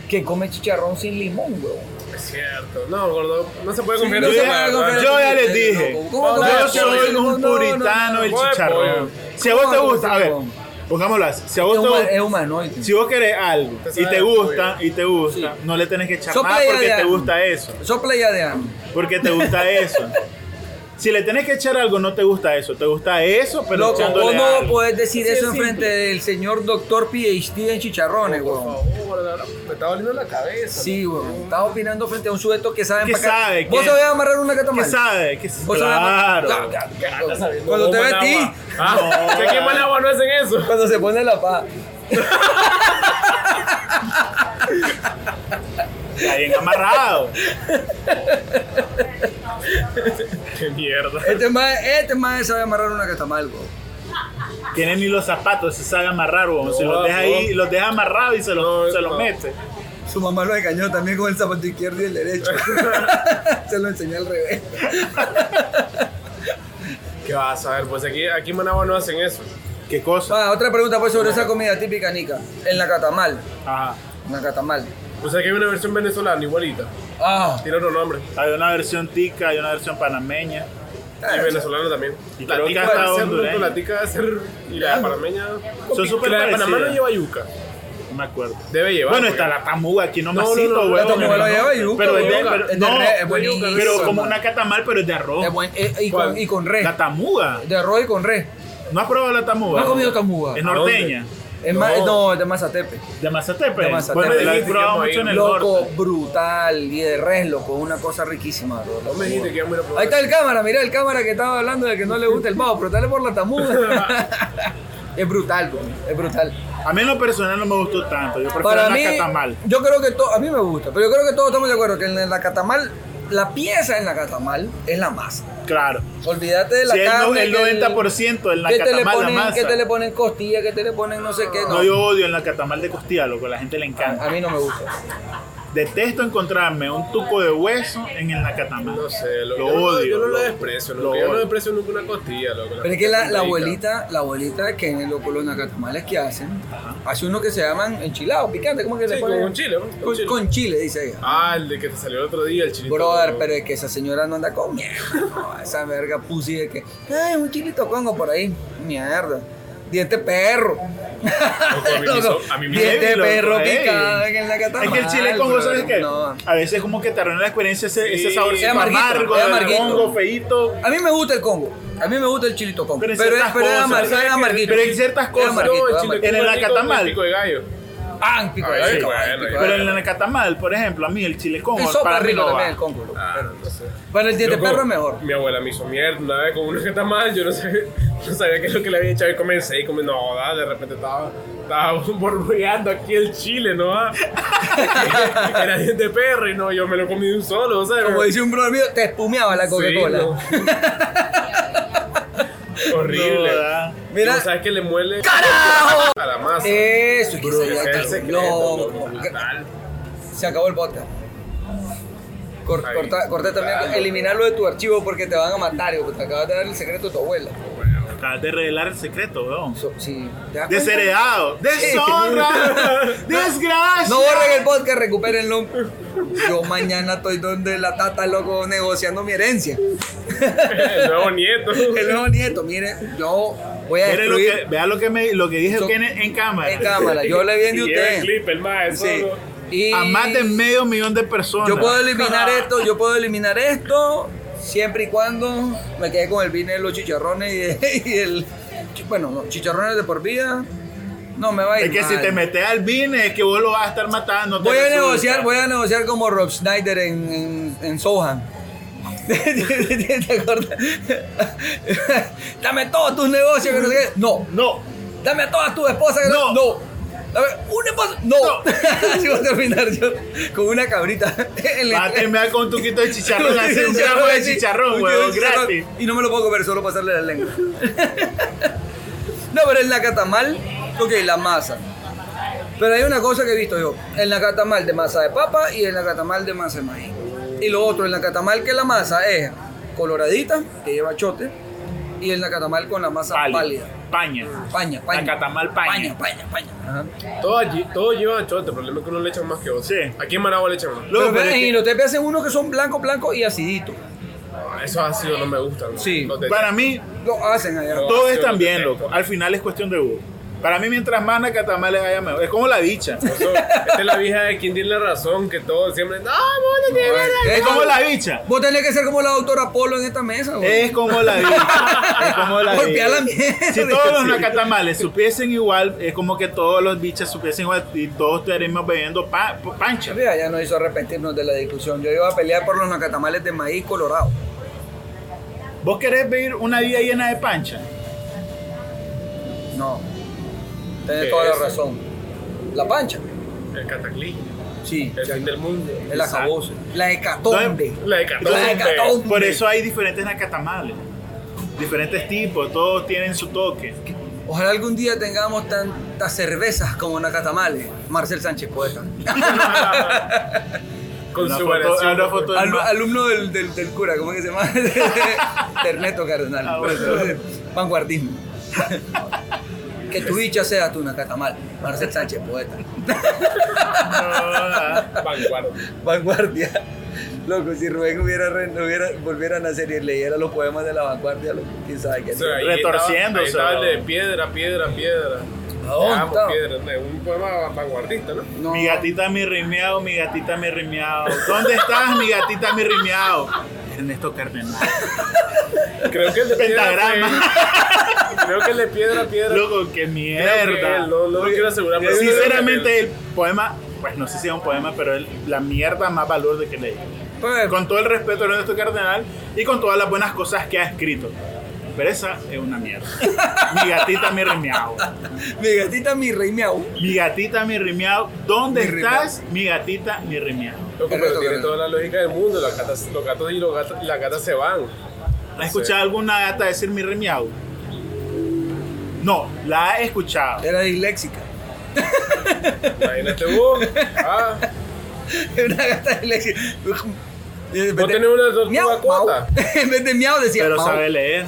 S2: que come chicharrón sin limón, güey.
S3: Es cierto. No, gordo, no se puede
S2: Sí,
S3: confiar
S2: no
S1: Yo
S3: en
S2: se
S3: esa
S2: puede
S1: ya,
S3: mierda.
S2: confiar.
S1: yo ya les
S2: no,
S1: dije,
S2: no, ¿cómo
S3: no,
S1: yo
S3: no,
S1: soy
S3: no,
S1: un
S2: no, no,
S1: puritano
S2: no,
S1: del
S3: no, no,
S1: chicharrón.
S3: pollo.
S1: Si a vos te
S2: ¿Cómo
S1: gusta, a ver,
S2: pollo?
S1: pongámoslo así. Si a vos
S2: Es,
S1: te
S2: huma- es
S1: gusta.
S2: humanoide.
S1: Si vos querés algo
S3: Te
S1: y
S3: sabe
S1: te
S3: a
S1: gusta,
S3: pollo.
S1: y te gusta,
S2: Sí.
S1: no le tenés que echar
S2: Sopla
S1: más
S2: y
S1: porque
S2: ya,
S1: te
S2: ya.
S1: gusta eso.
S2: Sopla ya de hambre.
S1: Porque te
S2: (laughs)
S1: gusta eso. Si le tenés que echar algo, no te gusta eso. Te gusta eso, pero
S2: Loco,
S1: echándole
S2: vos no
S1: algo.
S2: podés decir
S3: Así de
S2: eso enfrente
S3: simple.
S2: del señor doctor PhD en chicharrones,
S3: Por
S2: güey.
S3: favor, la- me está doliendo la cabeza.
S2: Sí,
S3: loco.
S2: güey. Estás opinando frente a un sujeto que sabe
S1: ¿Qué
S2: empacar.
S1: sabe?
S2: ¿Vos
S1: ¿Qué-
S2: sabés amarrar una
S1: ¿Qué
S2: catamarca?
S1: sabe? ¿Qué-
S2: Vos sabés amarrar-
S1: Claro.
S3: ¿Qué andas sabiendo?
S2: Cuando te
S3: ¿Cómo
S2: ve
S3: en
S2: a ti.
S3: agua?
S2: (laughs)
S3: Ah,
S1: No.
S3: que aquí en Managua no hacen eso.
S2: Cuando se pone la paja.
S1: Está bien
S2: (laughs)
S1: amarrado.
S3: Qué mierda.
S2: Este más, este más sabe amarrar una catamal, güey.
S1: Tiene ni los zapatos, se sabe amarrar, weón. si
S3: No,
S1: los deja ahí,
S3: no.
S1: los deja amarrados y se los,
S3: No,
S1: se los
S3: no.
S1: mete.
S2: Su mamá lo engañó también con el zapato izquierdo y el derecho. (laughs) Se lo enseñó al revés. (laughs)
S3: ¿Qué vas a ver? Pues aquí, aquí en Managua no hacen eso.
S1: ¿Qué cosa?
S2: Ah, otra pregunta pues sobre esa comida típica nica. En la catamal.
S1: Ajá.
S2: En la catamal.
S3: O sea que hay una versión venezolana igualita.
S2: Ah.
S3: Tiene otro nombre.
S1: Hay una versión tica, hay una versión panameña.
S2: Ah,
S3: Y venezolana también.
S1: Y
S3: La
S1: creo que
S3: tica
S1: hasta
S3: de
S1: hondureña.
S3: ser, la tica de ser y la de panameña.
S1: Son súper
S3: La de Panamá no
S1: parecidas.
S3: lleva yuca.
S1: No me acuerdo.
S3: Debe llevar.
S1: bueno,
S3: porque-
S1: está la tamuga aquí nomásito,
S3: No, no, no,
S1: weón.
S3: la tamuga la
S2: lleva yuca,
S1: Pero es de,
S3: weón.
S1: pero-
S2: Es de
S1: no,
S2: re- es
S1: pero
S2: buenísimo,
S1: como
S2: man.
S1: una catamal, pero es de arroz.
S2: Es buen- eh, y, con,
S3: ¿Cuál?
S2: y con re.
S1: La tamuga.
S2: De arroz y con re.
S1: ¿No has probado la tamuga?
S2: No he comido tamuga.
S1: Es norteña.
S2: Es
S3: No.
S2: ma- eh, no, es de Mazatepe.
S1: De Mazatepe.
S2: De Mazatepe.
S1: Bueno, la he
S3: Dijiste que
S1: probado
S3: hemos
S1: mucho en
S3: ido.
S1: el
S2: Loco,
S1: norte.
S2: brutal. Y de res, loco. Una cosa riquísima, bro.
S3: No me dijiste que íbamos a ir a probar.
S2: Ahí está el cámara, mira el cámara que estaba hablando de que no le gusta el mao, pero dale por la
S1: (laughs)
S2: tamuga. es brutal, bro. Es brutal.
S1: A mí en lo personal no me gustó tanto. Yo prefiero
S2: Para
S1: la
S2: mí,
S1: catamal.
S2: yo creo que todo, a mí me gusta, pero yo creo que todos estamos de acuerdo que en la catamal, la pieza en la catamal es la masa.
S1: Claro.
S2: Olvídate de la
S1: Si el, no-
S2: carne.
S1: el
S2: que
S1: 90% en la
S2: que te le
S1: catamal, la
S2: ponen-
S1: masa.
S2: Que te le ponen costilla, que te le ponen no sé qué. No,
S1: No, yo odio en la catamal de costilla, loco. La gente le encanta.
S2: a mí no me gusta. ah.
S1: Detesto encontrarme un tuco de hueso en el nacatamal.
S3: No sé,
S1: Lo
S3: lo, yo no-
S1: odio,
S3: Yo no
S1: lo-
S3: la desprecio,
S1: lo
S3: loco. yo no
S1: odio.
S3: desprecio nunca una costilla, loco.
S2: Pero es que la, la
S3: costilla rica.
S2: abuelita, la abuelita que en el loco, los nacatamales que hacen, hace uno que se llaman enchilados, picante, ¿cómo que le
S3: Sí,
S2: ponen?
S3: con chile, ¿no? Con
S2: Con,
S3: chile.
S2: con chile, dice ella.
S3: Ah, el de que te salió el otro día, el chilito.
S2: Brother, pero es que esa señora no anda con mierda. no, esa verga pussy de que, ay, un chilito congo por ahí. Mierda. Diente perro.
S3: a
S2: (laughs)
S3: mí me hizo- a mí me hizo
S2: Diente
S1: heavy, loco,
S2: perro
S1: ey.
S2: picado en la catamal.
S1: Es que el chile con
S2: brother.
S1: ¿sabes qué?
S2: No.
S1: A veces como que te arruina la experiencia ese, ese
S3: Sí.
S1: saborcito
S2: Es amarguito,
S1: amargo,
S2: es
S1: del
S2: amarguito.
S1: hongo, feito.
S2: A mí me gusta el congo. A mí me gusta el chilito congo.
S1: Pero
S2: Pero,
S1: en
S2: es-
S1: ciertas
S2: pero es
S1: cosas,
S2: amar-
S1: pero
S2: es
S1: en
S2: amarguito.
S1: ciertas
S2: Es
S1: cosas.
S3: No,
S2: amarguito,
S3: el
S2: es
S3: chile
S2: amarguito.
S1: En el
S3: cubano rico con
S1: acatamal.
S3: pico de gallo.
S2: Ah, en pico de
S3: Ay,
S2: gallo,
S3: bueno,
S2: en pico de
S1: Pero el
S2: gallo.
S1: nacatamal, por ejemplo, a mí el chile con
S2: Y sopa
S1: Oh, para mí
S2: rico
S1: no
S2: también
S1: va.
S2: el cóngulo.
S3: Ah, no sé.
S2: Bueno, el diente
S3: Loco,
S2: perro es mejor.
S3: Mi abuela me hizo mierda una vez con uno que está mal, yo no sabía, no sabía qué es lo que le había echado y comencé y como, no, da, de repente estaba, estaba (laughs) borbollando aquí el chile, ¿no? da? (laughs) Era diente perro y no, yo me lo comí de un solo, ¿sabes?
S2: Como dice un brother mío, te espumeaba la
S3: Sí,
S2: Coca-Cola.
S3: no. Horrible.
S1: No, da.
S2: Mira.
S3: Mira, ¿sabes que le muele
S2: ¡Carajo!
S3: a la masa?
S2: Eso, es que
S3: Bro,
S2: Eh, se
S3: ese es el secreto,
S2: no,
S3: loco,
S2: no,
S3: brutal.
S2: Se acabó el podcast. Cor-
S3: Ahí.
S2: corta, corta también, eliminarlo de tu archivo porque te van a matar. hijo, Te acabas de dar el secreto de tu abuela.
S1: Acabas de revelar el secreto, weón.
S2: So- sí, ¿te das cuenta?
S1: Desheredado, deshonra, desgracia.
S2: (laughs) No borren el podcast, recupérenlo. Yo mañana estoy donde la tata, loco, negociando mi herencia.
S3: (laughs) El nuevo nieto.
S2: El nuevo nieto, mire, yo voy a
S1: Mire lo
S2: destruir
S1: que, vea lo que, me, lo que dije
S2: So-
S1: Kenneth en cámara.
S2: en cámara. Yo le vi
S3: (laughs) Y
S2: de
S3: lleva el
S2: usted.
S3: clip, el más,
S2: Sí.
S3: solo.
S2: Y
S1: (laughs) A más de medio millón de personas.
S2: Yo puedo eliminar esto, yo puedo eliminar esto, siempre y cuando me quede con el vino de los chicharrones y, de- (laughs) y el. chi- Bueno, no, chicharrones de por vida. No me va a ir.
S1: Es que si
S2: mal.
S1: te metes al vine, es que vos lo vas a estar matando. te
S2: Voy a
S1: resulta.
S2: negociar, voy a negociar como Rob Schneider en, en, en Sohan. (laughs) ¿Te acuerdas? (laughs) Dame todos tus negocios que no sé qué. No.
S1: No,
S2: Dame a todas tus esposas que no.
S1: No.
S2: No. Dame una esposa. No.
S1: No.
S2: (laughs) Así voy a terminar yo con una cabrita. (laughs) en la-
S1: vas a terminar con tu quito
S2: (laughs)
S1: de chicharrón, así un gramo de chicharrón,
S2: Un
S1: weón,
S2: chicharrón.
S1: gratis.
S2: Y no me lo puedo comer, solo pasarle la lengua. (laughs) no, pero el nacatamal, ok, la masa. Pero hay una cosa que he visto yo, el nacatamal de masa de papa y el nacatamal de masa de maíz. Y lo otro, el nacatamal que la masa es coloradita, que lleva chote, y el nacatamal con la masa
S1: Pálido.
S2: pálida.
S1: Paña.
S2: Paña, paña.
S1: Nacatamal
S2: Paña,
S1: paña.
S2: paña, paña. Ajá.
S3: Todo, allí, todo lleva chote, el problema es que uno le echan más que otro.
S1: Sí.
S3: Aquí en Managua le echan más.
S1: Luego,
S2: pero,
S1: pero es
S2: en
S1: que-
S2: Inotepe hacen unos que son blanco, blanco y acidito.
S3: Ah, Esos ácidos no me gustan. ¿no?
S2: Sí.
S3: Los de-
S1: Para mí,
S2: Lo hacen allá.
S3: No.
S1: todo
S3: sí,
S1: es tan
S3: lo
S1: bien,
S3: detecto.
S1: loco. Al final es cuestión de gusto. Para mí, mientras más nacatamales haya, mejor. Es como la dicha.
S3: Eso- Esta es la vieja de quien tiene la razón, que todo siempre. No, vos no tienes la
S1: Es como la Eh. dicha.
S2: Vos tenés que ser como la doctora Polo en esta mesa, güey.
S1: Es como la dicha. Es como la
S2: Golpear
S1: dicha.
S2: la mierda.
S1: Si todos los nacatamales supiesen igual, es como que todos los bichas supiesen igual y todos estaríamos bebiendo pa- pancha.
S2: Mira, ya nos hizo arrepentirnos de la discusión. Yo iba a pelear por los nacatamales de maíz colorado.
S1: ¿Vos querés vivir una vida llena de pancha?
S2: No. Tenés
S3: ¿Qué
S2: toda
S3: es?
S2: la razón. La pancha.
S3: razón. El cataclismo.
S2: Sí.
S3: El fin del mundo.
S2: El acaboso. La hecatombe.
S3: La hecatombe.
S2: La hecatombe.
S1: Por eso hay diferentes nacatamales. Diferentes tipos, todos tienen su
S2: (laughs)
S1: toque.
S2: Ojalá algún día tengamos tantas cervezas como nacatamales. Marcel Sánchez,
S1: (laughs)
S2: poeta.
S3: Con
S1: Una
S3: su
S1: foto- ah,
S3: variación.
S1: una foto-
S2: Al- alumno del, del- del cura, ¿cómo es que se llama? (laughs) de Ernesto Cardenal.
S1: Ah, bueno.
S2: Vanguardismo. (laughs) que tu dicha sea tu nacatamal. Marcel Sánchez, poeta.
S3: Vanguardia.
S2: Vanguardia. Loco, si Rubén hubiera, re- hubiera volviera a nacer y leyera los poemas de la vanguardia, loco, quién sabe qué
S3: O sea,
S2: haría.
S3: ahí
S1: Retorciéndose,
S3: estaba- ahí estaba el
S1: ¿no?
S3: de piedra, piedra, piedra.
S2: dónde
S3: Amo
S2: estaba?
S3: piedra, ¿no? Un poema vanguardista, ¿no?
S2: No.
S1: Mi gatita mi rimeado, mi gatita mi rimeado. ¿Dónde estás, mi gatita mi rimeado? Ernesto Cardenal.
S3: Creo que el de piedra.
S1: Pentagrama.
S3: fue- (laughs) Creo que el de piedra, piedra.
S1: Loco, qué
S3: Creo que
S1: mierda.
S3: él, No, no me quiero asegurar,
S2: eh,
S3: pero creo que
S1: Sinceramente,
S3: él.
S1: el poema, pues no sé si es un poema, pero es la mierda más valor de que leí.
S2: Pues,
S1: Con todo el respeto de Ernesto Cardenal y con todas las buenas cosas que ha escrito. Pero esa es una mierda. Mi gatita mi rimeado.
S2: mi gatita, mi rey miau.
S1: Mi gatita mi rimeado. ¿Dónde
S2: Mi
S1: estás, mi gatita mi rimeado?
S3: Loco,
S2: El
S3: pero
S2: reto
S3: tiene
S2: que-
S3: toda la lógica del mundo. Las gatas- los gatos y los gatos, las gatas se van.
S1: ¿Has escuchado alguna gata decir mi remiau? No, la he escuchado.
S2: Era disléxica. (laughs)
S3: Imagínate vos. Ah,
S2: Era una gata disléxica.
S3: vos tenés una
S2: Miau,
S3: tortuga
S2: mau.
S3: cuota.
S2: En vez de miau (laughs) decía
S1: Pero
S2: mau.
S1: sabe leer.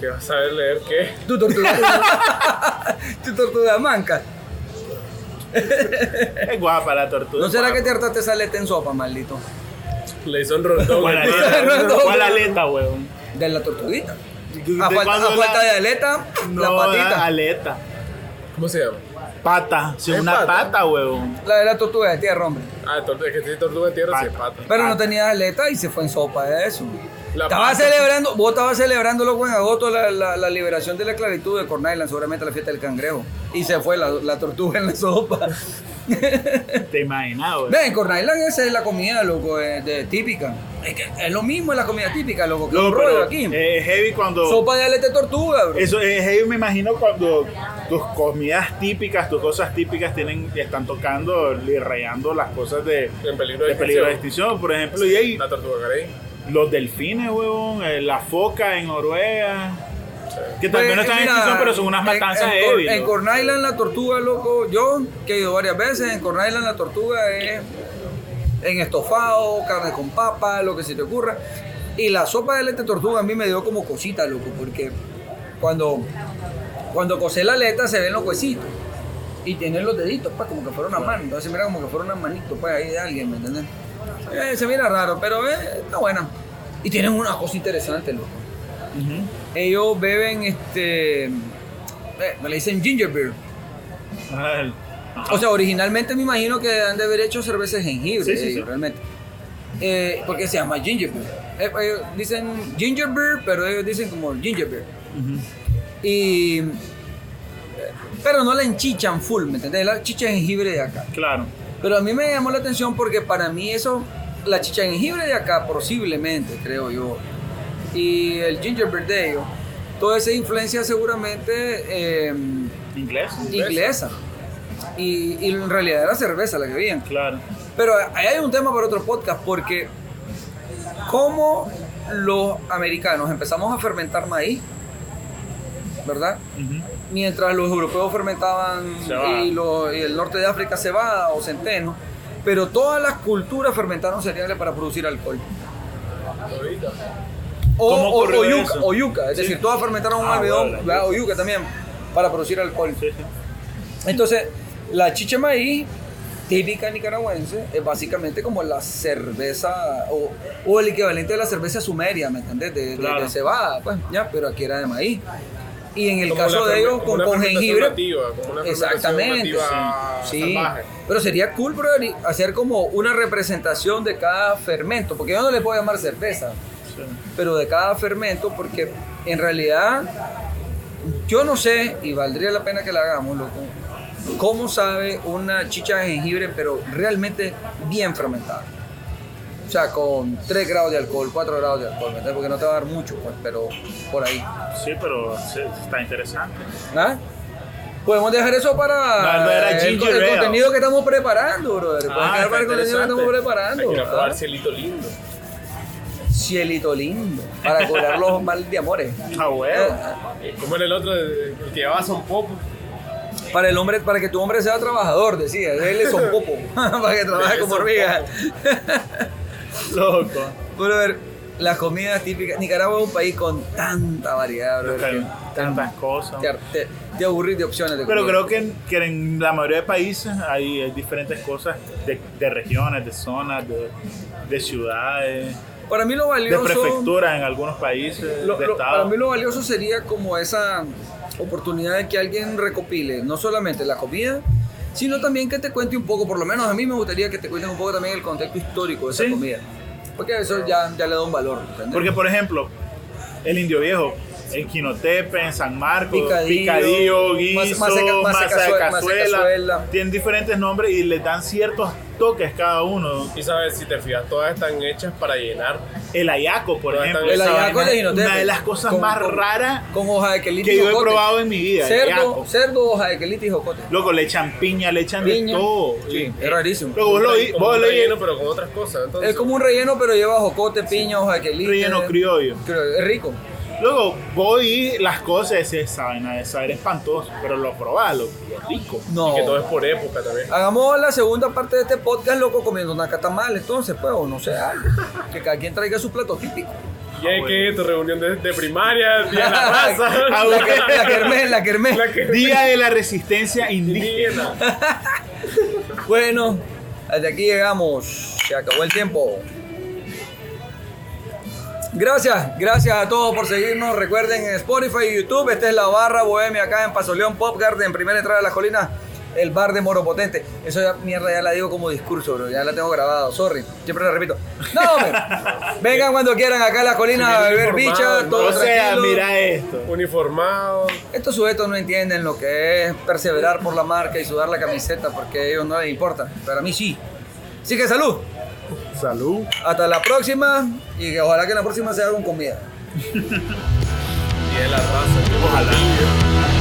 S3: Que vas a saber leer qué.
S2: Tu
S1: (laughs)
S2: tortuga. (laughs) tu tortuga manca.
S1: Es guapa la tortuga.
S2: ¿No será que te hartaste esa aleta en sopa, maldito?
S3: Le hizo un
S2: (laughs)
S3: rondón.
S1: ¿Cuál
S2: No,
S1: aleta?
S2: no,
S1: ¿Cuál
S2: no.
S1: aleta, weón?
S2: De la tortuguita.
S1: ¿De
S2: A falta,
S1: cuándo
S2: a falta
S1: la-
S2: de aleta, la
S1: No, da
S2: patita.
S1: aleta.
S3: ¿Cómo se llama?
S1: Pata. Si
S3: ¿Es
S1: una pata,
S3: pata?
S1: huevón.
S2: La de la tortuga de tierra, hombre.
S3: Ah, tortuga, es que tiene tortuga de tierra,
S1: Pata.
S3: sí, pata.
S2: Pero no
S1: Pata.
S2: tenía aleta y se fue en sopa de eso.
S3: La
S2: Estaba
S3: pasta.
S2: celebrando, vos estabas celebrando loco en agosto la, la- la liberación de la esclavitud de Corn Island, seguramente a la fiesta del cangrejo. Y se fue la, la tortuga en la sopa. (laughs)
S1: Te imaginas, güey.
S2: Ven, Corn Island esa es la comida, loco, eh, de- típica. Es, que es lo mismo es la comida típica, loco, que
S1: Loco,
S2: un rollo
S1: pero
S2: aquí.
S1: Es heavy cuando.
S2: sopa de alete de tortuga, bro.
S1: Eso es heavy, me imagino, cuando tus comidas típicas, tus cosas típicas tienen, están tocando y rayando las cosas de,
S3: En peligro de
S1: de peligro de
S3: extinción.
S1: extinción. Por ejemplo, y ahí,
S3: La tortuga carey.
S1: los delfines, huevón, eh, la foca en Noruega. Que también no
S2: Eh,
S1: están en
S2: mira,
S1: extinción, pero son unas
S2: en-
S1: matanzas
S2: en, Cor-
S1: heavy.
S2: En
S1: ¿no?
S2: Corn Island la tortuga, loco, yo que he ido varias veces, en Corn Island la tortuga es en estofado, carne con papa, lo que se te ocurra. Y la sopa de aleta de tortuga a mí me dio como cosita, loco, porque cuando, cuando cocé la aleta se ven los huesitos. Y tienen los deditos, pues, como que fuera una mano. Entonces mira como que fuera una manito, pues, ahí de alguien, ¿me entiendes? Eh, se mira raro, pero eh, está buena. Y tienen una cosa interesante, loco.
S1: Ujú.
S2: Ellos beben este. eh, me le dicen ginger beer.
S1: Ajá.
S2: O sea, originalmente me imagino que han de haber hecho cerveza de jengibre,
S1: Sí, sí,
S2: eh,
S1: sí.
S2: realmente. Eh, porque se llama ginger beer. Eh, ellos dicen ginger beer, pero ellos dicen como ginger beer.
S1: Ujú.
S2: Y. eh, Pero no la enchichan full, ¿me entendés? La chicha de jengibre de acá.
S1: Claro.
S2: Pero a mí me llamó la atención porque para mí eso, la chicha de jengibre de acá, posiblemente, creo yo, y el ginger beer de ellos, toda esa influencia seguramente eh,
S1: ¿Inglés?
S2: inglesa. Y, y en realidad era cerveza la que habían.
S1: Claro.
S2: Pero ahí hay un tema para otro podcast, porque cómo los americanos empezamos a fermentar maíz, ¿verdad?
S1: Ujú.
S2: mientras los europeos fermentaban
S1: Cebada.
S2: y, lo- y el norte de África cebada o centeno, pero todas las culturas fermentaron cereales para producir alcohol. O,
S1: ¿Cómo
S2: o-
S1: ocurrió
S2: o yuca,
S1: eso?
S2: o yuca, es
S1: Sí.
S2: decir, todas fermentaron un
S1: Ah,
S2: almidón
S1: bueno, la
S2: ¿verdad? o yuca también para producir alcohol.
S1: Sí, sí.
S2: Entonces, la chicha de maíz típica nicaragüense es básicamente como la cerveza o, o el equivalente de la cerveza sumeria, ¿me entendés? De, de-
S1: Claro.
S2: de cebada, pues, ya, pero aquí era de maíz. Y en el
S3: Como
S2: caso
S3: una
S2: de
S3: ferme-
S2: ellos,
S3: como
S2: con,
S3: una
S2: con
S3: fermentación
S2: jengibre,
S3: nativa, como una fermentación
S2: Exactamente.
S3: nativa
S2: Sí. sí.
S3: salvaje.
S2: Pero sería cool, brother, y hacer como una representación de cada fermento, porque yo no le puedo llamar cerveza,
S1: Sí.
S2: pero de cada fermento, porque en realidad yo no sé, y valdría la pena que la hagamos, loco, cómo sabe una chicha de jengibre, pero realmente bien fermentada. O sea, con 3 grados de alcohol, 4 grados de alcohol, ¿me entiendes? Porque no te va a dar mucho, pues, pero por ahí.
S1: Sí, pero sí, está interesante.
S2: ¿Ah? Podemos dejar eso para
S1: No, no era
S2: el,
S1: ginger
S2: el
S1: ale.
S2: contenido que estamos preparando, brother. Podemos
S1: Ah,
S2: dejar
S1: está
S2: para el contenido que estamos
S1: interesante.
S3: Hay
S2: preparando.
S3: que ir a probar
S2: ¿ah?
S3: cielito lindo.
S2: Cielito lindo. Para curar
S1: (laughs)
S2: los mal de amores.
S1: Ah, huevo.
S2: Ah,
S3: ¿Cómo era el otro? El que llevaba son popo.
S2: Para el hombre, para que tu hombre sea trabajador, decía. Él es un popo. (laughs) para que trabaje
S3: Él es
S2: como
S3: un
S2: hormiga. (laughs)
S1: Loco.
S2: brother, las comidas típicas. Nicaragua es un país con tanta variedad, brother.
S1: Loco, hay
S2: que
S1: Tantas cosas.
S2: Te, te, te aburrís de opciones de
S1: Pero
S2: comida.
S1: creo que en, que en la mayoría de países hay, hay diferentes cosas de, de regiones, de zonas, de, de ciudades,
S2: Para mí lo
S1: de
S2: valioso.
S1: prefecturas en algunos países,
S2: Lo-
S1: de
S2: lo- para
S1: estados.
S2: mí lo valioso sería como esa oportunidad de que alguien recopile no solamente la comida, sino también que te cuente un poco, por lo menos a mí me gustaría que te cuenten un poco también el contexto histórico de esa
S1: Sí.
S2: comida. Porque eso ya, ya le da un valor. ¿entendés?
S1: Porque, por ejemplo, el Indio Viejo, en Quinotepe, en San Marcos,
S2: Picadillo,
S1: Picadillo, guiso,
S2: masa- masa- masa
S1: masa de
S2: cazue- masa
S1: cazuela,
S2: cazuela.
S1: tienen diferentes nombres y le dan ciertos toques cada uno.
S3: Y sabes, si te fijas, todas están hechas para llenar.
S1: El ayaco, por
S3: Pero
S1: ejemplo.
S2: el
S3: también-
S1: esa
S2: ayaco
S1: vaina,
S2: de Jinotepe,
S1: Una de las cosas
S2: con-
S1: más
S2: con-
S1: raras
S2: con hoja de quelite
S1: que
S2: y
S1: yo he
S2: jocote.
S1: probado en mi vida,
S2: Cerdo,
S1: ayaco.
S2: cerdo, hoja de quelite y jocote.
S1: Loco, le echan piña, le echan de
S2: Piña.
S1: todo.
S2: Sí, es rarísimo.
S1: Luego vos eh, lo vi-
S3: Como
S1: vos
S3: un
S1: lo vi-
S3: relleno, pero con otras cosas. Entonces,
S2: Es como un relleno, pero lleva jocote, piña, hoja de quelite.
S1: relleno criollo.
S2: Creo- Es rico.
S1: Luego vos y las cosas es saben, a saber espantoso, pero lo probás, lo, lo rico.
S2: No.
S3: que todo es por época también.
S2: Hagamos la segunda parte de este podcast, loco, comiendo una catamal, entonces, pues, o no sé, algo. Que cada quien traiga su plato típico.
S3: Y hay
S1: Ah, bueno. Ah,
S3: que tu reunión de, de primaria, el día
S1: (laughs)
S3: de (laughs) la raza.
S2: (laughs) la, que-
S3: (laughs)
S2: la kermés, la kermés.
S3: La que-
S1: Día de la resistencia indígena.
S3: Indígena.
S2: Bueno, hasta aquí llegamos. Se acabó el tiempo. Gracias, gracias a todos por seguirnos. Recuerden en Spotify y YouTube, esta es la barra bohemia acá en Pasoleón Pop Garden, primera entrada de las colinas. el bar de Moro Potente. Eso ya, mierda, ya la digo como discurso, bro. Ya la tengo grabado, sorry. Siempre la repito. No,
S1: (laughs)
S2: hombre. Vengan cuando quieran acá a las colinas a beber
S3: Informado,
S2: bicha,
S3: ¿no?
S2: todo
S1: O sea,
S2: tranquilo.
S1: mira esto.
S3: Uniformado.
S2: Estos sujetos no entienden lo que es perseverar por la marca y sudar la camiseta porque a ellos no les importa. Pero a mí sí. Así que salud.
S1: Salud.
S2: Hasta la próxima y que ojalá que en la próxima se haga con comida.
S3: Y es la raza. Ojalá.